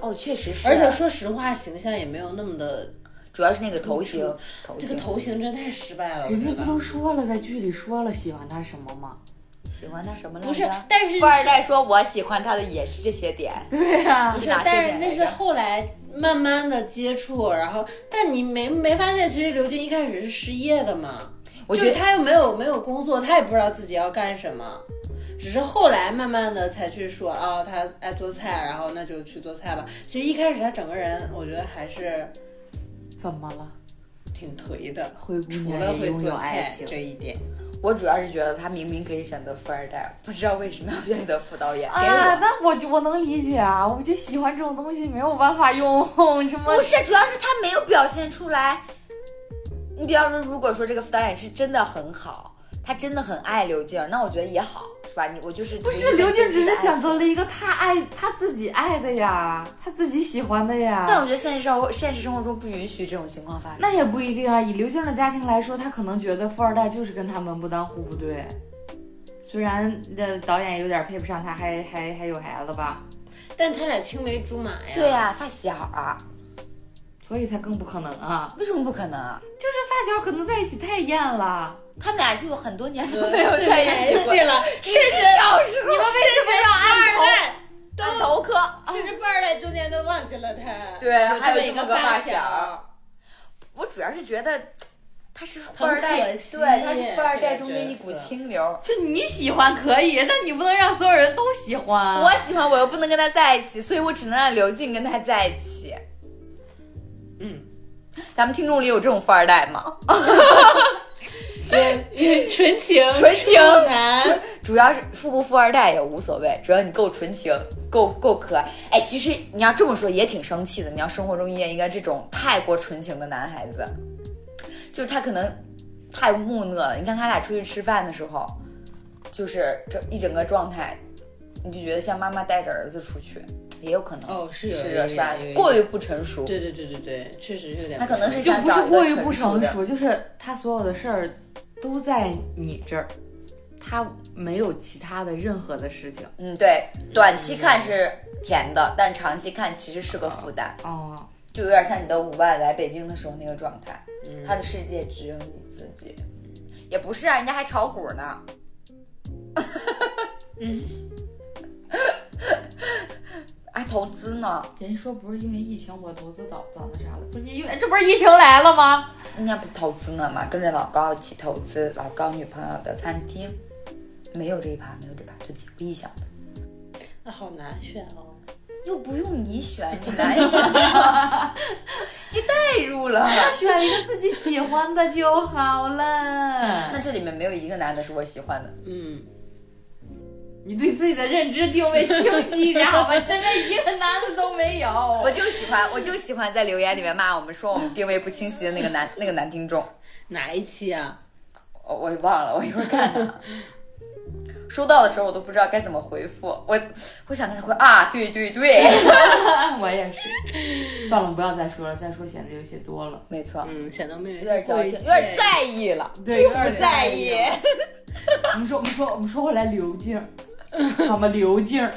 哦，确实是，而且说实话，形象也没有那么的，主要是那个头型，头这个型头型真太失败了。我人觉家不 得都说了，在剧里说了喜欢他什么吗？喜欢他什么来着？不是，但是富二代说我喜欢他的也是这些点，对呀、不是是哪，些但是点来那是着后来慢慢的接触，然后但你没没发现，其实刘静一开始是失业的嘛，我就觉是得他又没有没有工作，他也不知道自己要干什么。只是后来慢慢的才去说啊、他爱做菜，然后那就去做菜吧。其实一开始他整个人，我觉得还是怎么了？挺颓的，灰姑除娘了也会拥有做爱菜情，这一点我主要是觉得他明明可以选择富二代，不知道为什么要选择副导演。给啊，我那我就我能理解啊，我就喜欢这种东西，没有办法用 什么不。是，主要是他没有表现出来。你比方说，如果说这个副导演是真的很好，他真的很爱刘静儿，那我觉得也好，是吧？你我就是不图一是份刘静真只挚的是爱选择情了一个她爱她自己爱的呀，她自己喜欢的呀。但我觉得现实生活现实生活中不允许这种情况发生。那也不一定啊。以刘静的家庭来说，她可能觉得富二代就是跟他门不当户不对。虽然呃导演有点配不上她，还还还有孩子吧，但他俩青梅竹马呀，对呀、发小啊，所以才更不可能啊。为什么不可能啊？就是发小可能在一起太艳了。他们俩就有很多年都呃， 没有在一起过， 了，只是小时候。你们为什么富要二代按头按头磕？其实富二代中间都忘记了他， 对有还有一这么个个发小，我主要是觉得他是富二很代，可惜对，他是富二代这中个间一股角色清流。就你喜欢可以，但你不能让所有人都喜啊欢。我喜欢，我又不能跟他在一起，所以我只能让刘静跟他在一起。嗯，咱们听众里有这种富二代吗？ 纯情，纯情处男，主要是富不富二代也无所谓，主要你够纯情，够够可爱。哎，其实你要这么说也挺生气的。你要生活中遇见一个这种太过纯情的男孩子，就是他可能太木讷了。你看他俩出去吃饭的时候，就是这一整个状态，你就觉得像妈妈带着儿子出去，也有可能哦是有是有的有是吧有有？有过于不成熟，对对对对对，确实有点，他可能是就想不找是一过个于不成成熟熟，就是他所有的事儿都在你这儿，他没有其他的任何的事情。嗯，对，短期看是甜的，但长期看其实是个负担。哦，就有点像你的五万来北京的时候那个状态，他嗯的世界只有你自己。也不是啊，人家还炒股呢。嗯， 还投资呢？人家说不是因为疫情我投资早早那啥了，不是因为这不是疫情来了 吗？人家不投资呢嘛，跟着老高一起投资老高女朋友的餐厅，没有这一趴，没有这一趴，对不起，不臆想的，那啊好难选哦。又不用你选，你难选，啊 你代入了。选一个自己喜欢的就好了那。这里面没有一个男的是我喜欢的，嗯，你对自己的认知定位清晰一点好吧？真的一个男的都没有。我就喜欢，我就喜欢在留言里面骂我们说我们定位不清晰的那个男那个男听众。哪一期啊？我哦我忘了，我一会儿看看啊。 收到的时候我都不知道该怎么回复，我我想跟他回啊，对对对， 我也是。算了，不要再说了，再说显得有些多了。没错，嗯，显得我们有有点矫情，有点在意了，对，有有点点在意。我们说，我们说，我们说回来刘静儿， 好吗？刘静儿，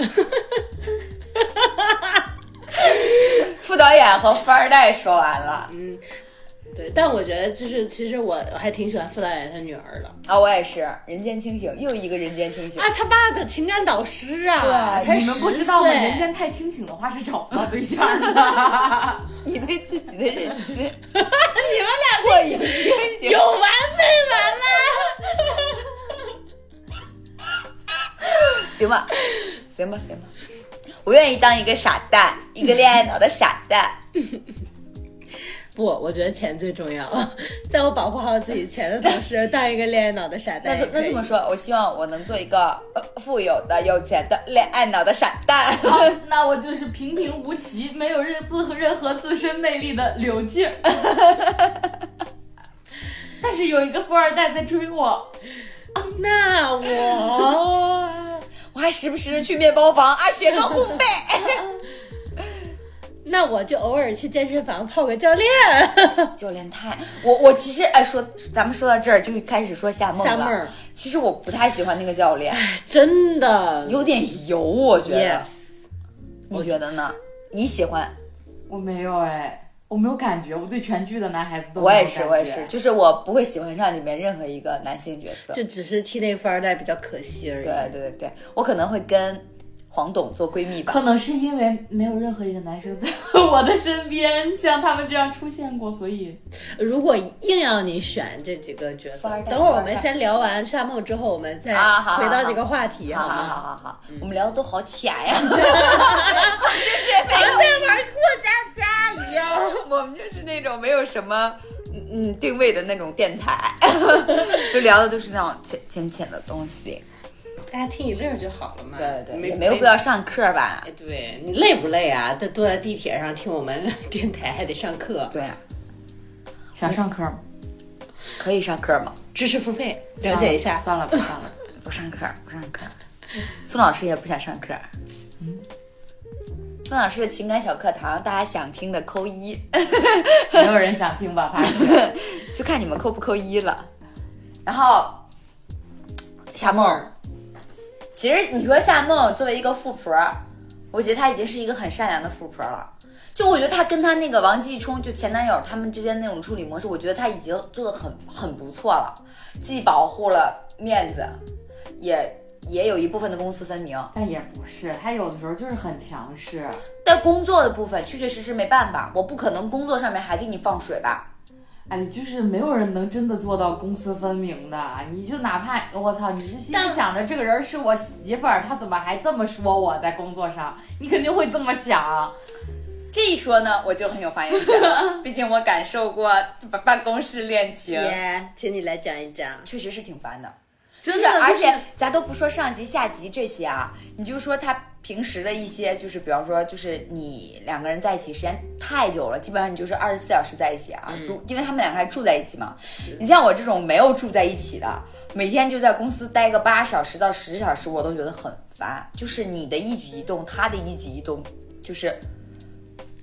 副导演和富二代说完了嗯，对，但我觉得就是，其实我还挺喜欢傅导演他女儿的啊，我也是人间清醒，又一个人间清醒啊，。他爸的情感导师啊，对才你十岁，们不知道吗？人间太清醒的话是找不到对象的。 你对自己的认知，你们俩过于清醒 有。完没完啦？ 行吧，行吧，行吧，我愿意当一个傻蛋，一个恋爱脑的傻 蛋。不，我觉得钱最重要， 在我保护好自己钱的同时，当一个恋爱脑的傻蛋那也这可以。那这么说，我希望我能做一个呃富有的、有钱的、恋爱脑的傻蛋。 好，那我就是平平无奇，没有任自和任何自身魅力的柳静。 但是有一个富二代在追我，那我 我还时不时的去面包房啊学个烘 焙，那我就偶尔去健身房泡个教练。就连太我我其实哎说，咱们说到这儿就开始说夏 梦夏了。梦儿其实我不太喜欢那个教 练，真的有点油，我觉得。 ，yes，你觉得呢？你喜欢？我没有哎，我没有感觉，我对全剧的男孩子都没有我也是，感觉我也是，。就是我不会喜欢上里面任何一个男性角色。就只是替那个富二代比较可惜而已。对对对对，我可能会跟黄董做闺蜜吧。可能是因为没有任何一个男生在我的身边像他们这样出现过，所以如果硬要你选这几个角富色二，代等会儿我富二们代先聊完夏梦之后，我们再啊好好回到好这个话题，好好吗？好好好，嗯我们聊的都好浅呀， 我们就是没有在玩过家家一样。 我们就是那种没有什么嗯嗯定位的那种电 台，就聊的都是那种浅浅浅的东西。大家听一乐就好了嘛。对对，没对，也没有必要。上课吧哎？对你累不累啊？在坐在地铁上听我们电台，还得上课，对啊，想上课吗？可以上课吗？知识付费，了解一下。算了，算了不算了。不上课，不上 课。宋老师也不想上课。嗯宋老师的情感小课堂，大家想听的扣一，没有人想听吧？怕是就看你们扣不扣一了。然后，夏梦，其实你说夏梦作为一个富婆，我觉得她已经是一个很善良的富婆了。就我觉得她跟她那个王继冲，就前男友他们之间那种处理模式，我觉得她已经做的很很不错了，既保护了面子，也也有一部分的公私分明。但也不是，他有的时候就是很强势。但工作的部分确确实实没办法，我不可能工作上面还给你放水吧？哎，就是没有人能真的做到公私分明的。你就哪怕我操，你就心里但想着这个人是我媳妇儿，她怎么还这么说我在工作上？你肯定会这么想。这一说呢，我就很有发言权 了，毕竟我感受过办公室恋情耶，请你来讲一讲。确实是挺烦的。真就是，的就是而且咱都不说上级下级这些啊，你就说他平时的一些，就是比方说，就是你两个人在一起时间太久了，基本上你就是二十四小时在一起嗯啊，住，因为他们两个还住在一起嘛。你像我这种没有住在一起的，每天就在公司待个八小时到十小时，我都觉得很烦。就是你的一举一动，他的一举一动，就是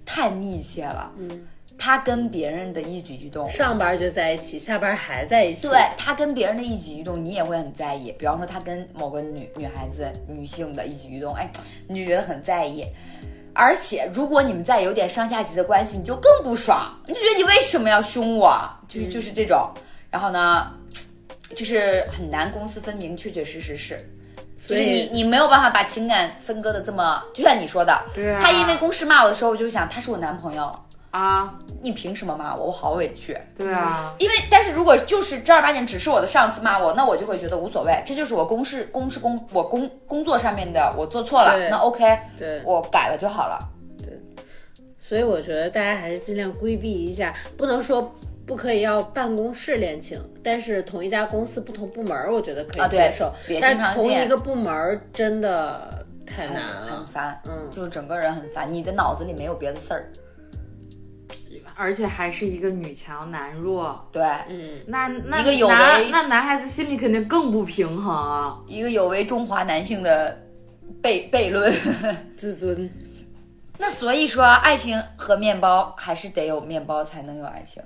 太密切了。嗯，他跟别人的一举一动，上班就在一起，下班还在一起。对他跟别人的一举一动，你也会很在意。比方说，他跟某个女女孩子、女性的一举一动，哎，你就觉得很在意。而且，如果你们再有点上下级的关系，你就更不爽，你就觉得你为什么要凶我？就是嗯就是这种。然后呢，就是很难公私分明，确确实实是。就所是以你，你没有办法把情感分割的这么，就像你说的，对啊他因为公事骂我的时候，我就想他是我男朋友，啊，你凭什么骂我？我好委屈。对啊，因为，但是如果就是正儿八经只是我的上司骂我，那我就会觉得无所谓，这就是我公事公事公我工工作上面的我做错了，对那 OK，对我改了就好了。所以我觉得大家还是尽量规避一下，不能说不可以要办公室恋情，但是同一家公司不同部门儿，我觉得可啊以对接受。别但经常是同见一个部门儿真的太很难了很。烦，嗯就是整个人很烦，你的脑子里没有别的事儿。而且还是一个女强男弱，对，嗯，那那一个有男为那男孩子心里肯定更不平衡啊。一个有违中华男性的悖悖论。 自尊那所以说，爱情和面包还是得有面包才能有爱情。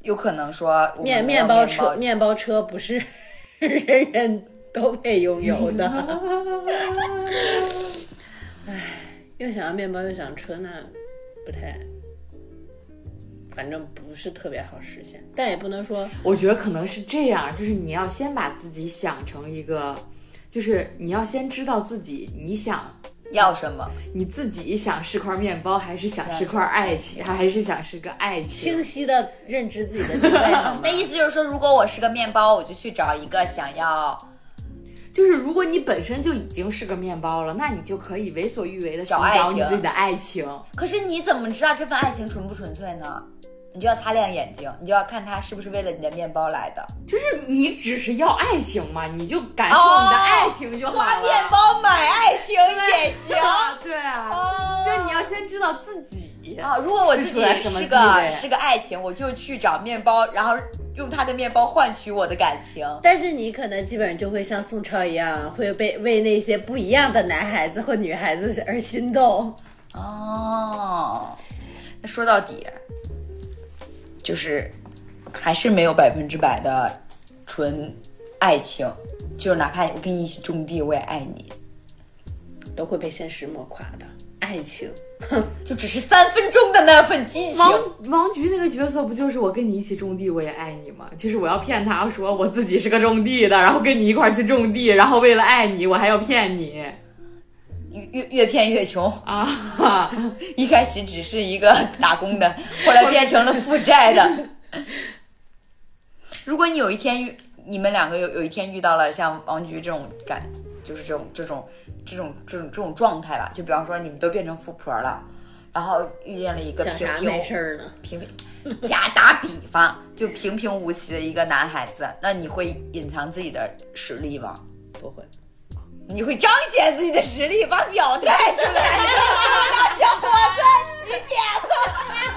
有可能说我们面没有面包车面包车不是 人人都配拥有的。唉，又想要面包又想车，那不太，反正不是特别好实现，但也不能说我觉得可能是这样，就是你要先把自己想成一个，就是你要先知道自己你想要什么？ 你自己想是块面包，还是想是块爱情，他还是想是个爱情清。晰的认知自己的定位好 吗那意思就是说，如果我是个面包，我就去找一个想要就是如果你本身就已经是个面包了，那你就可以为所欲为的寻找爱找情你自己的爱情。可是你怎么知道这份爱情纯不纯粹呢？你就要擦亮眼睛，你就要看他是不是为了你的面包来的。就是你只是要爱情嘛，你就感受你的爱情就好了。花面包买爱情也行。啊，对啊，哦就你要先知道自己。 啊，如果我自是出己来什么是地个位是个爱情，我就去找面包，然后用他的面包换取我的感情。但是你可能基本上就会像宋超一样，会被为那些不一样的男孩子或女孩子而心动。哦，那说到底，就是还是没有百分之百的纯爱情，就是哪怕我跟你一起种地，我也爱你，都会被现实磨垮的。爱情，就只是三分钟的那份激情。王王菊那个角色不就是我跟你一起种地，我也爱你吗？就是我要骗他说我自己是个种地的，然后跟你一块儿去种地，然后为了爱你，我还要骗你越越越骗越穷，啊！一开始只是一个打工的，后来变成了负债的。如果你有一天遇你们两个有有一天遇到了像王菊这种感，就是这种这种这种这种这种状态吧，就比方说你们都变成富婆了，然后遇见了一个想平啥平没事儿呢？平平，假打比方，就平平无奇的一个男孩子，那你会隐藏自己的实力吗？不会，你会彰显自己的实力，把表带出 来，当小伙子几点了？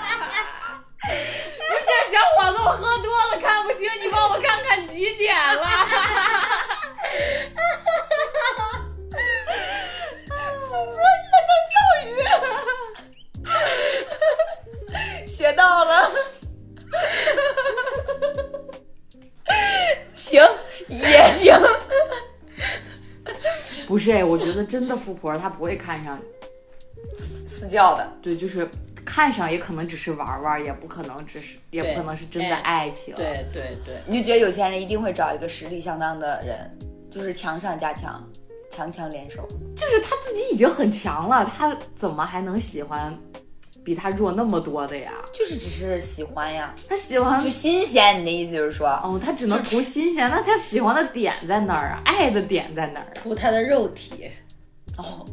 这小伙子，我喝多了看不清，你帮我看看几 点了？不是，那能钓鱼，学到了。行，也 行。不是，哎我觉得真的富婆她不会看上，私教的，对，就是看上也可能只是玩玩，也不可能只是，也不可能是真的对哎爱情。对对对，你就觉得有钱人一定会找一个实力相当的人，就是强上加强，强强联手。就是他自己已经很强了，他怎么还能喜欢比他弱那么多的呀？就是只是喜欢呀，他喜欢就，新鲜。你的意思就是说，哦，他只能图新鲜。那他喜欢的点在哪儿啊？爱的点在哪儿？啊图他的肉体， 哦，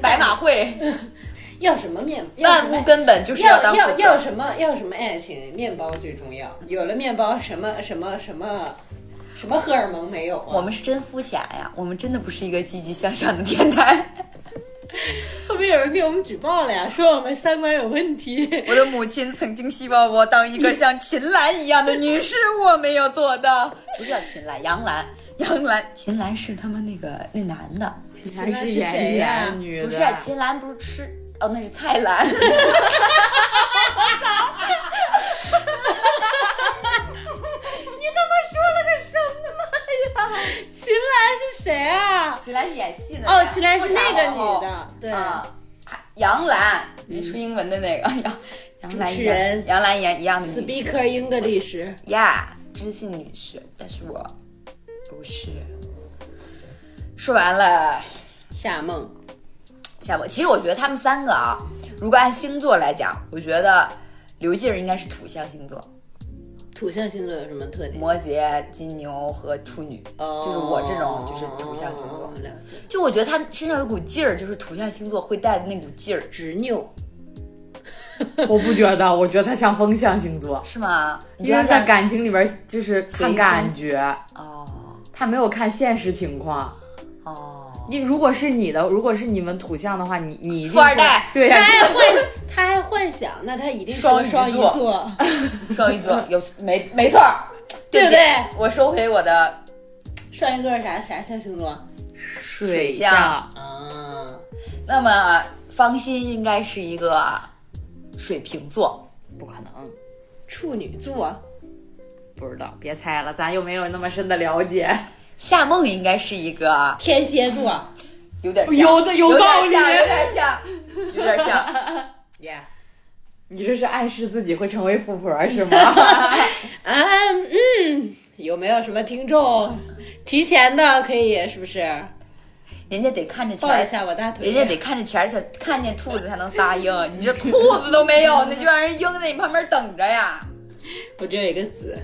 白马会， 要什么面？要什万么物根本就是要当要副要本。什么要什么爱情？面包最重要。有了面包，什么什么什么什么荷尔蒙没有啊？我们是真肤浅呀，我们真的不是一个积极向上的电台。后面有人给我们举报了呀，说我们三观有问 题。我的母亲曾经希望我当一个像秦岚一样的女士，我没有做到。不是叫秦岚，杨澜，杨澜，秦岚是他们那个那男的，秦岚是谁呀演女的，不是啊秦岚，不是吃哦，那是蔡澜。秦岚是谁啊？秦岚是演戏的哦呀，秦岚是那富个察皇后女的，对。嗯啊，杨澜，你说英文的那个 杨杨澜主一持样人杨澜演一样的女士 Speaker English，呀，知性女士，但是我不是。说完了夏梦，下播，其实我觉得他们三个啊，如果按星座来讲，我觉得刘静儿应该是土象星座，土象星座有什么特点？摩羯、金牛和处女，就是我这种就是土象星座哦。了解就我觉得他身上有股劲儿，就是土象星座会带的那股劲儿，执拗，我不觉得，我觉得他像风象星座，是吗？你觉因得为他在像感情里边就是看感觉，哦他没有看现实情况。哦，你如果是你的，如果是你们土象的话，你你一定富二代会对呀、他还幻， 他还幻想，那他一定是个双哎双鱼鱼座座，双鱼座有没没错儿， 对不不起对？我收回我的，双鱼座是啥啥象星座？水象象啊，那么方心应该是一个水瓶座，不可能。处女座，不知道，别猜了，咱又没有那么深的了解。夏梦应该是一个天蝎座，有点像，有的有有点道理像，有点像，有点 像。Yeah，你这是暗示自己会成为富婆是吗？ 啊，嗯，有没有什么听众提前的可以是不是人家得看着钱抱儿一，下我大腿？人家得看着钱儿才看见兔子才能撒 鹰，你这兔子都没有，那就让人鹰在你旁边等着呀。我只有一个子，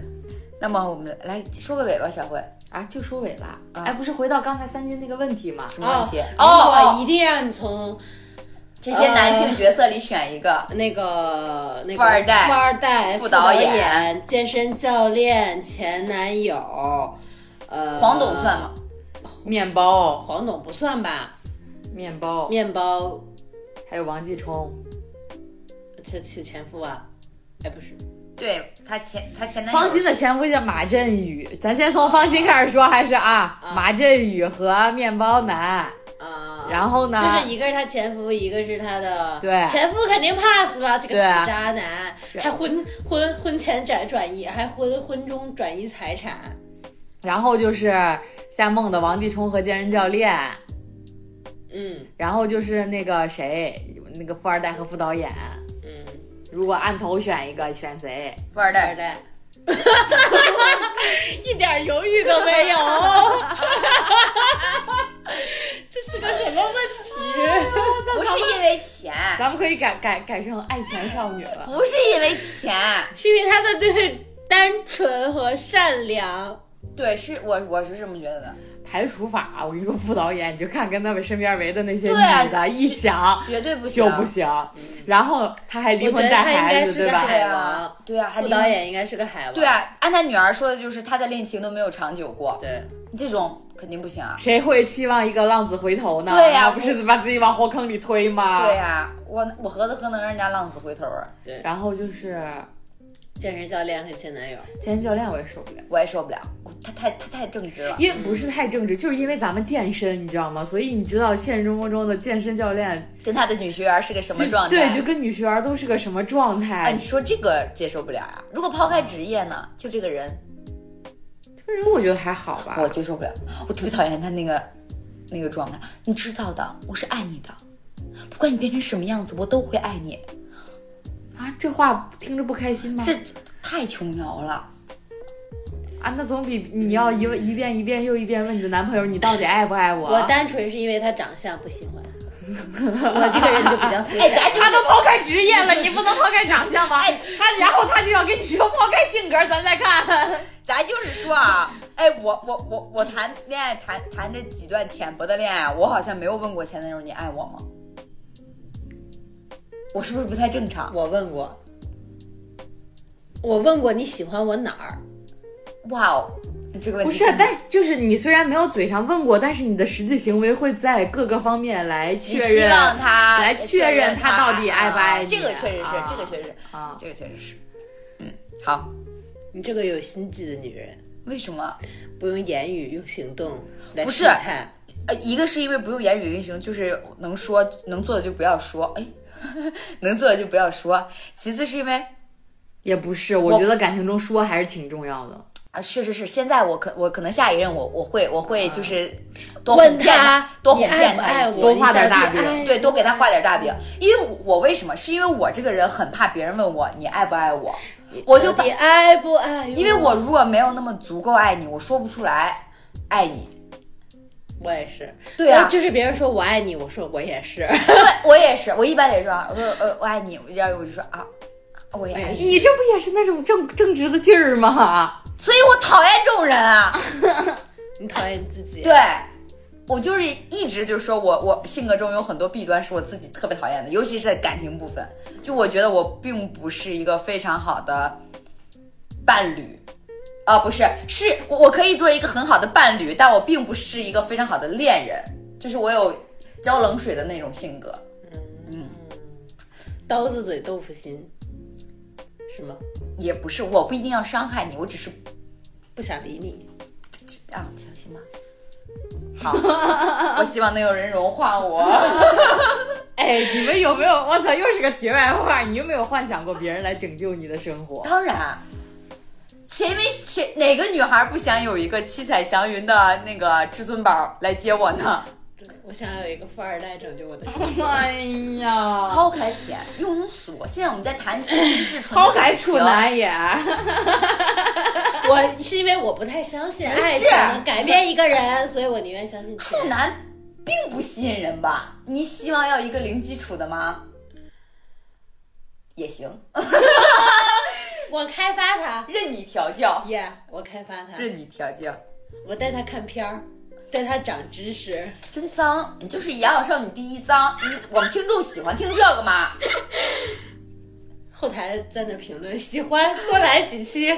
那么我们来收个尾吧，小慧，啊，就收尾了。哎，不是回到刚才三金那个问题吗？什么问题？哦，哦我一定让你从这些男性角色里选一啊个，那个那个富二代富二代、副副导导演健身教练、前男友，呃，黄董算吗？？面包，黄董不算吧？面包，面包还有王继冲，这前前夫啊？哎，不是，对他前他前男友方心的前夫叫马振宇。咱先从方心开始说，还是啊？马振宇和面包男，啊、然后呢？就是一个是他前夫，一个是他的对前夫肯定 pass 了，这个对啊死渣男，还婚婚婚前转转移，还婚婚中转移财产，然后就是夏梦的王继冲和健身教练，嗯然后就是那个谁，那个富二代和副导演。嗯，如果按头选一个，选谁？富二富代，二代，一点犹豫都没有，这是个什么问题？不是因为钱，咱们可以改改改成爱钱少女了。不是因为钱，是因为他的对单纯和善良，对，是我我是这么觉得的，排除法，我跟你说，副导演你就看跟他们身边围的那些对啊女的，一想绝对不行，就不行。然后他还离我觉婚得带他应该孩子，是对个吧？对海啊王，，对啊，还副离导演应该是个海王，对，啊，按他女儿说的就是他的恋情都没有长久过，对。这种肯定不行啊。谁会期望一个浪子回头呢？对呀那不是把自己往火坑里推吗？对呀、我我何德何能让人家浪子回头啊？然后就是健身教练和前男友，健身教练，我也受不了。我也受不了，我他太他太正直了。因为不是太正直，就是因为咱们健身，你知道吗？所以你知道现实生活中的健身教练跟他的女学员是个什么就状态？对，就跟女学员都是个什么状哎，态你？说这个接受不了啊！如果抛开职业呢，就这个人，这个人我觉得还好吧。我接受不了，我特别讨厌他那个那个状态。你知道的，我是爱你的，不管你变成什么样子，我都会爱你。啊，这话听着不开心吗？这太琼瑶了，啊，那总比你要一问一遍一遍又一遍问你的男朋友你到底爱不爱我？我单纯是因为他长相不喜欢，我这个人就比较复 哎，杂。咱就他都抛开职业了，你不能抛开长 相吗？哎他然后他就要跟你说抛开性格，咱 再看。咱就是说啊，哎，我我我我谈恋爱谈谈这几段浅薄的恋爱，我好像没有问过前男友你爱我吗？我是不是不太正常？我问过，我问过你喜欢我哪儿？哇哦，你这个问题不是真，的但就是你虽然没有嘴上问过，但是你的实际行为会在各个方面来你确希认。啊望他来确认他他到底爱不爱你这个确实是啊，这个确实是，啊，这个确实是。嗯，好，你这个有心计的女人，为什么？不用言语，用行动来不是试探。呃，一个是因为不用言语运行，就是能说能做的就不要说，哎， 能做的就不要说。其次是因为也不是，我觉得感情中说还是挺重要的。啊，确实是，现在我可我可能下一任我我会我会就是多啊问哄骗他多你哄爱骗不他爱一些我？多画点大饼饼对，多给他画点大饼，嗯因为我为什么？是因为我这个人很怕别人问我你爱不爱我，我就把你，爱不爱？因为嗯我如果没有那么足够爱你，我说不出来爱你。我也是，对啊我就是别人说我爱你，我说我也是， 对，我也是，我一般也说，我说呃我爱你，然后我就说啊，我也爱你，你这不也是那种正正直的劲儿吗？所以我讨厌这种人啊。你讨厌你自己。对，我就是一直就是说我我性格中有很多弊端是我自己特别讨厌的，尤其是在感情部分，就我觉得我并不是一个非常好的伴侣。啊，不是，是我我可以做一个很好的伴侣，但我并不是一个非常好的恋人，就是我有浇冷水的那种性格。刀子嘴豆腐心，是吗？也不是，我不一定要伤害你，我只是不想理你。啊，行行吧。好，我希望能有人融化我。哎，你们有没有？我操，又是个题外话。你有没有幻想过别人来拯救你的生活？当然，谁没谁哪 个女孩不想有一个七彩祥云的那个至尊宝来接我呢？我想要有一个富二代拯救我 的生活。 哎呀，抛开钱，庸俗。现在我们在谈知情至纯，抛开处。男也，我是因为我不太相信爱情能改变一个人，所以我宁愿相信处钱。男并不吸引人吧？你希望要一个零基础的吗？也行，我开发他任你调教， ，yeah，我开发他，任你调教。我带他看片儿，带他长知识。真脏，你就是养老少女第一脏。你我们听众喜欢听这个吗？后台在那评论，喜欢多来几 期。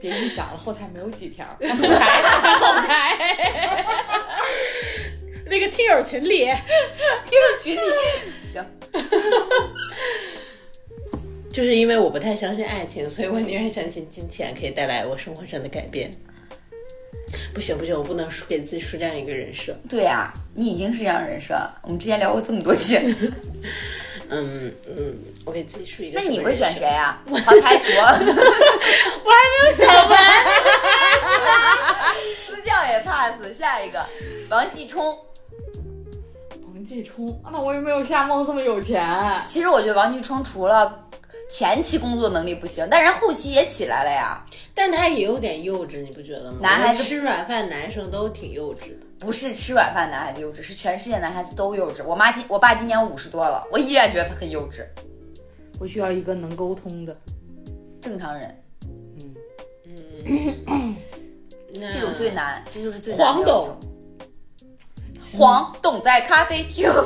别臆想了，后台没有几 条，后台后台，那个听友群里，群里行，就是因为我不太相信爱情，所以我宁愿相信金钱可以带来我生活上的改变。不行不行，我不能输给自己树这样一个人设。对呀、你已经是这样人设了。我们之前聊过这么多期，嗯嗯，我给自己树一个。那你会选谁？啊？好排除， 我还没有想完。 私教也 pass。下一个，王继冲。 王继冲，那我也没有夏梦这么有钱。其实我觉得王继冲除了前期工作能力不行，但人后期也起来了呀。但他也有点幼稚，你不觉得吗？男孩子我觉得吃软饭，男生都挺幼稚的。不是吃软饭男孩子幼稚，是全世界男孩子都幼稚。我妈今我爸今年五十多了，我依然觉得他很幼稚。我需要一个能沟通的，正常人嗯，嗯 那嗯这种最难，这就是最难的黄要求董。黄董在咖啡厅，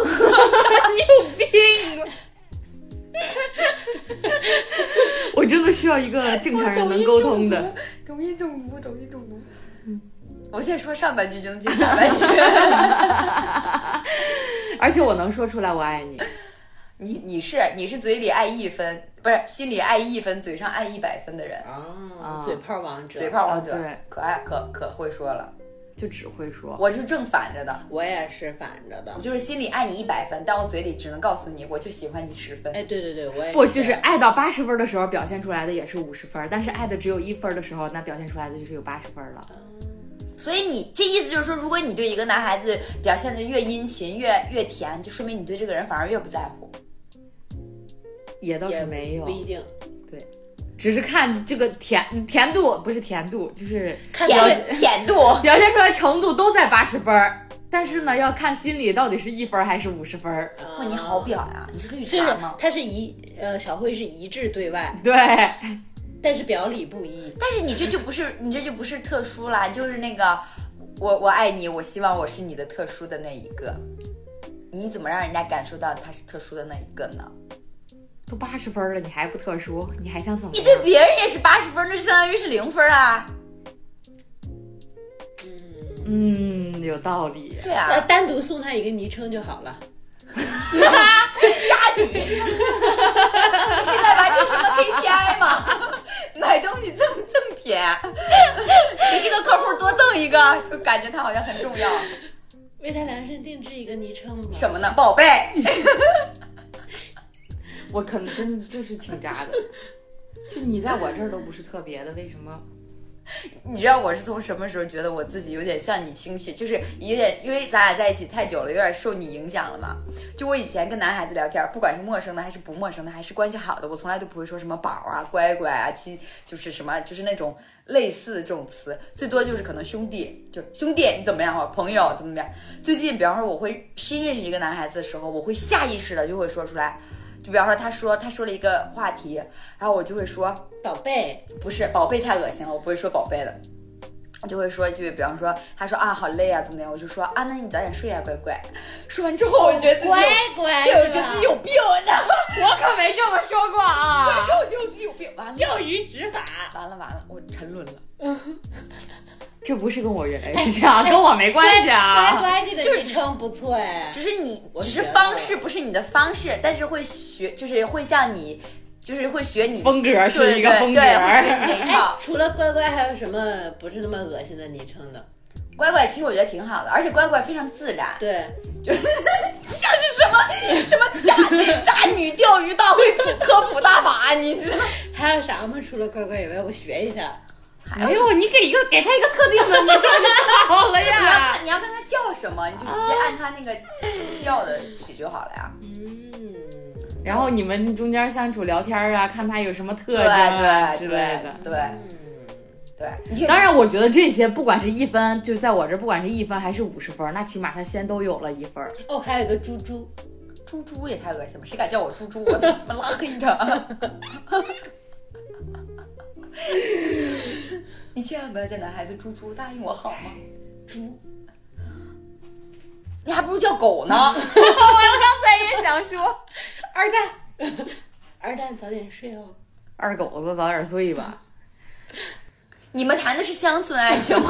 我真的需要一个正常人能沟通的。抖音中毒，抖音中毒。我现在说上半句就能接下半句。而且我能说出来我爱你。你你是你是嘴里爱一分，不是心里爱一分，嘴上爱一百分的人，啊啊，嘴炮王者，嘴。炮王者，啊对，可爱可可会说了。就只会说，我是正反着的，我也是反着的我。就是心里爱你一百分，但我嘴里只能告诉你，我就喜欢你十分。哎，对对对，我也我就是爱到八十分的时候表现出来的也是五十分，但是爱的只有一分的时候，那表现出来的就是有八十分了。所以你这意思就是说，如果你对一个男孩子表现的越殷勤、越越甜，就说明你对这个人反而越不在乎。也倒也是没有不，一定。只是看这个甜甜度，不是甜度，就是看表甜甜度，表现出来程度都在八十分儿，但是呢，要看心里到底是一分儿还是五十分儿。哇，你好表呀、你是绿啊就是茶吗？他是一呃，小慧是一致对外，对，但是表里不一。嗯但是你这就不是你这就不是特殊啦，就是那个我我爱你，我希望我是你的特殊的那一个。你怎么让人家感受到他是特殊的那一个呢？都八十分儿了，你还不特殊，你还想怎么你样？对别人也是八十分，那就相当于是零分啊。嗯，有道理。对呃，啊，单独送他一个昵称就好了。渣女，你是在完成什么 KPI 吗？ 买东西赠赠品， 给这个客户多赠一个，就感觉他好像很重要。为他量身定制一个昵称吧。什么呢，宝贝？我可能真就是挺渣的， 就你在我这儿都不是特别的，为什么？你知道我是从什么时候觉得我自己有点像你亲戚，就是有点因为咱俩在一起太久了，有点受你影响了嘛。就我以前跟男孩子聊天，不管是陌生的还是不陌生的，还是关系好的，我从来都不会说什么宝啊、乖乖啊、亲，就是什么就是那种类似的这种词，最多就是可能兄弟，就兄弟你怎么样啊，朋友怎么怎么样。最近比方说我会新认识一个男孩子的时候，我会下意识的就会说出来，就比方说他说他说了一个话题，然后我就会说。宝贝，不是宝贝太恶心了，我不会说宝贝的，我就会说一句，比方说他说啊好累啊怎么样，我就说啊那你早点睡啊乖乖。说完之后，我觉得自己有乖，乖，对，我是觉得吧自己有病，你知道吗？我可没这么说过啊！然后我觉得我自己有病，完了钓鱼执法。完了完了，我沉沦了，这不是跟我原来一样，跟我没关系哎 乖啊。乖，这就个是昵称不错哎只。是你我只是学到方了式不是你的方式，但是会学，就是会像你，就是会学你风格对是对一个风对，格，会学你那一哎套。，除了乖乖，还有什么不是那么恶心的昵称的？乖乖，其实我觉得挺好的，而且乖乖非常自然。 对，像是什么什么渣渣女钓鱼大会科普大法，你知道？还有啥吗？除了乖乖以外，我学一下。 还要没有，哎你给一个给他一个特定的，你说就好了 你要呀。看你要看他叫什么，你就直接啊按他那个叫的指就好了呀。嗯，然后你们中间相处聊天啊，看他有什么对特征啊对之对类的。嗯对对，你当然，我觉得这些不管是一分，就是在我这不管是一分还是五十分，那起码他先都有了一分。 哦，还有一个猪猪，猪猪也太恶心了，谁敢叫我猪猪，我他妈拉黑 他！你千万不要叫男孩子猪猪，答应我好吗？猪，你还不如叫狗 呢。也想 说，二蛋，二蛋早点睡哦。二狗子早点 睡吧。你们谈的是乡村爱情吗？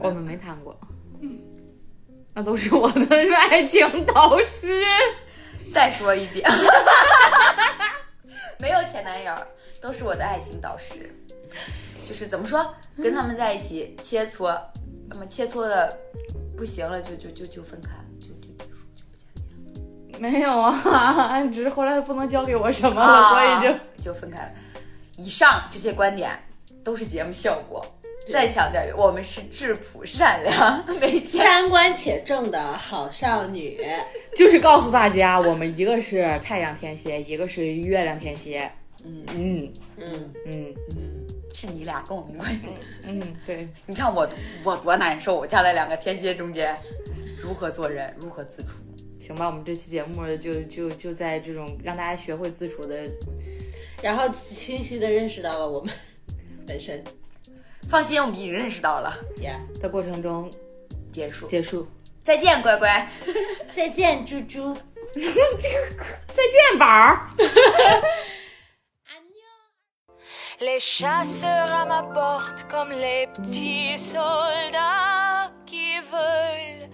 我们没谈过，那都是我的爱情导师。再说一遍， 没有前男友，都是我的爱情导师。就是怎么说，嗯跟他们在一起切磋，那么切磋的不行了，就就就就分开，就就结束，就不见面了。没有啊， 只是后来他不能教给我什么了，哦所以就啊就就分开了。以上这些观点都是节目效果。再强调一遍，我们是质朴善良， 每天三观且正的好少女，就是告诉大家，我们一个是太阳天蝎，一个是月亮天蝎。嗯嗯嗯，嗯是你俩跟我没关系。嗯，对，你看我我多难受，我夹在两个天蝎中间，如何做人，如何自处。行吧，我们这期节目就就就在这种让大家学会自处的然后清晰的认识到了我们本身放心，我们已经认识到了。呀。的过程中结束，结束。再见，乖乖。再见，猪猪。再见，宝儿。 Les chasseurs à ma porte comme les petits soldats qui veulent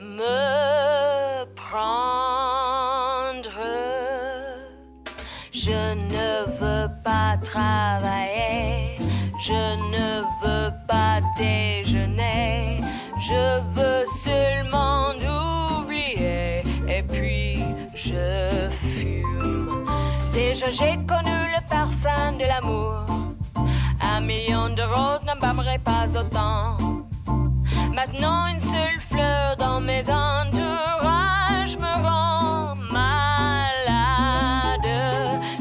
me prendre. Je ne veux pas travailler, je ne veux pas déjeuner, je veux seulement oublier. Et puis je fume. Déjà j'ai connu le parfum de l'amour. Un million de roses n'embaumerait pas autant. Maintenant une seule fleur dans mes entourages me rend malade.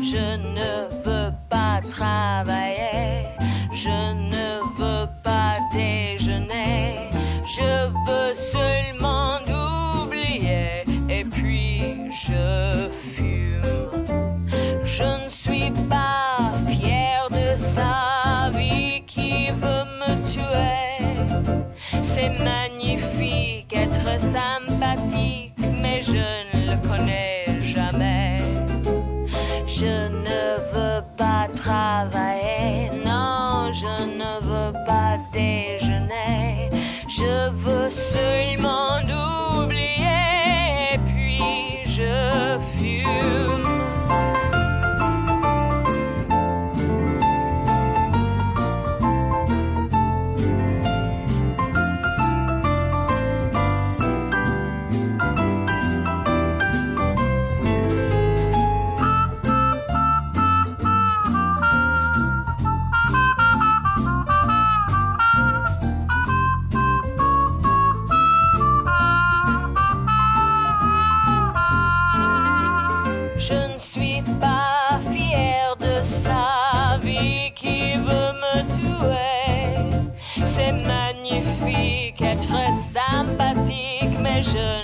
Je ne veux pas travailler, je ne veux pas déjeuner, je veux seulement oublier et puis je fume. Je ne suis pas fière de sa vie qui veut me tuer. C'est magnifique être sympathique, mais je ne le connais jamais. Je ne veux pas travailler, non, je ne veux pas déjeuner. Je veux seulement oublier, puis je fume. Je ne suis pas fière de sa vie qui veut me tuer. C'est magnifique, être sympathique, mais je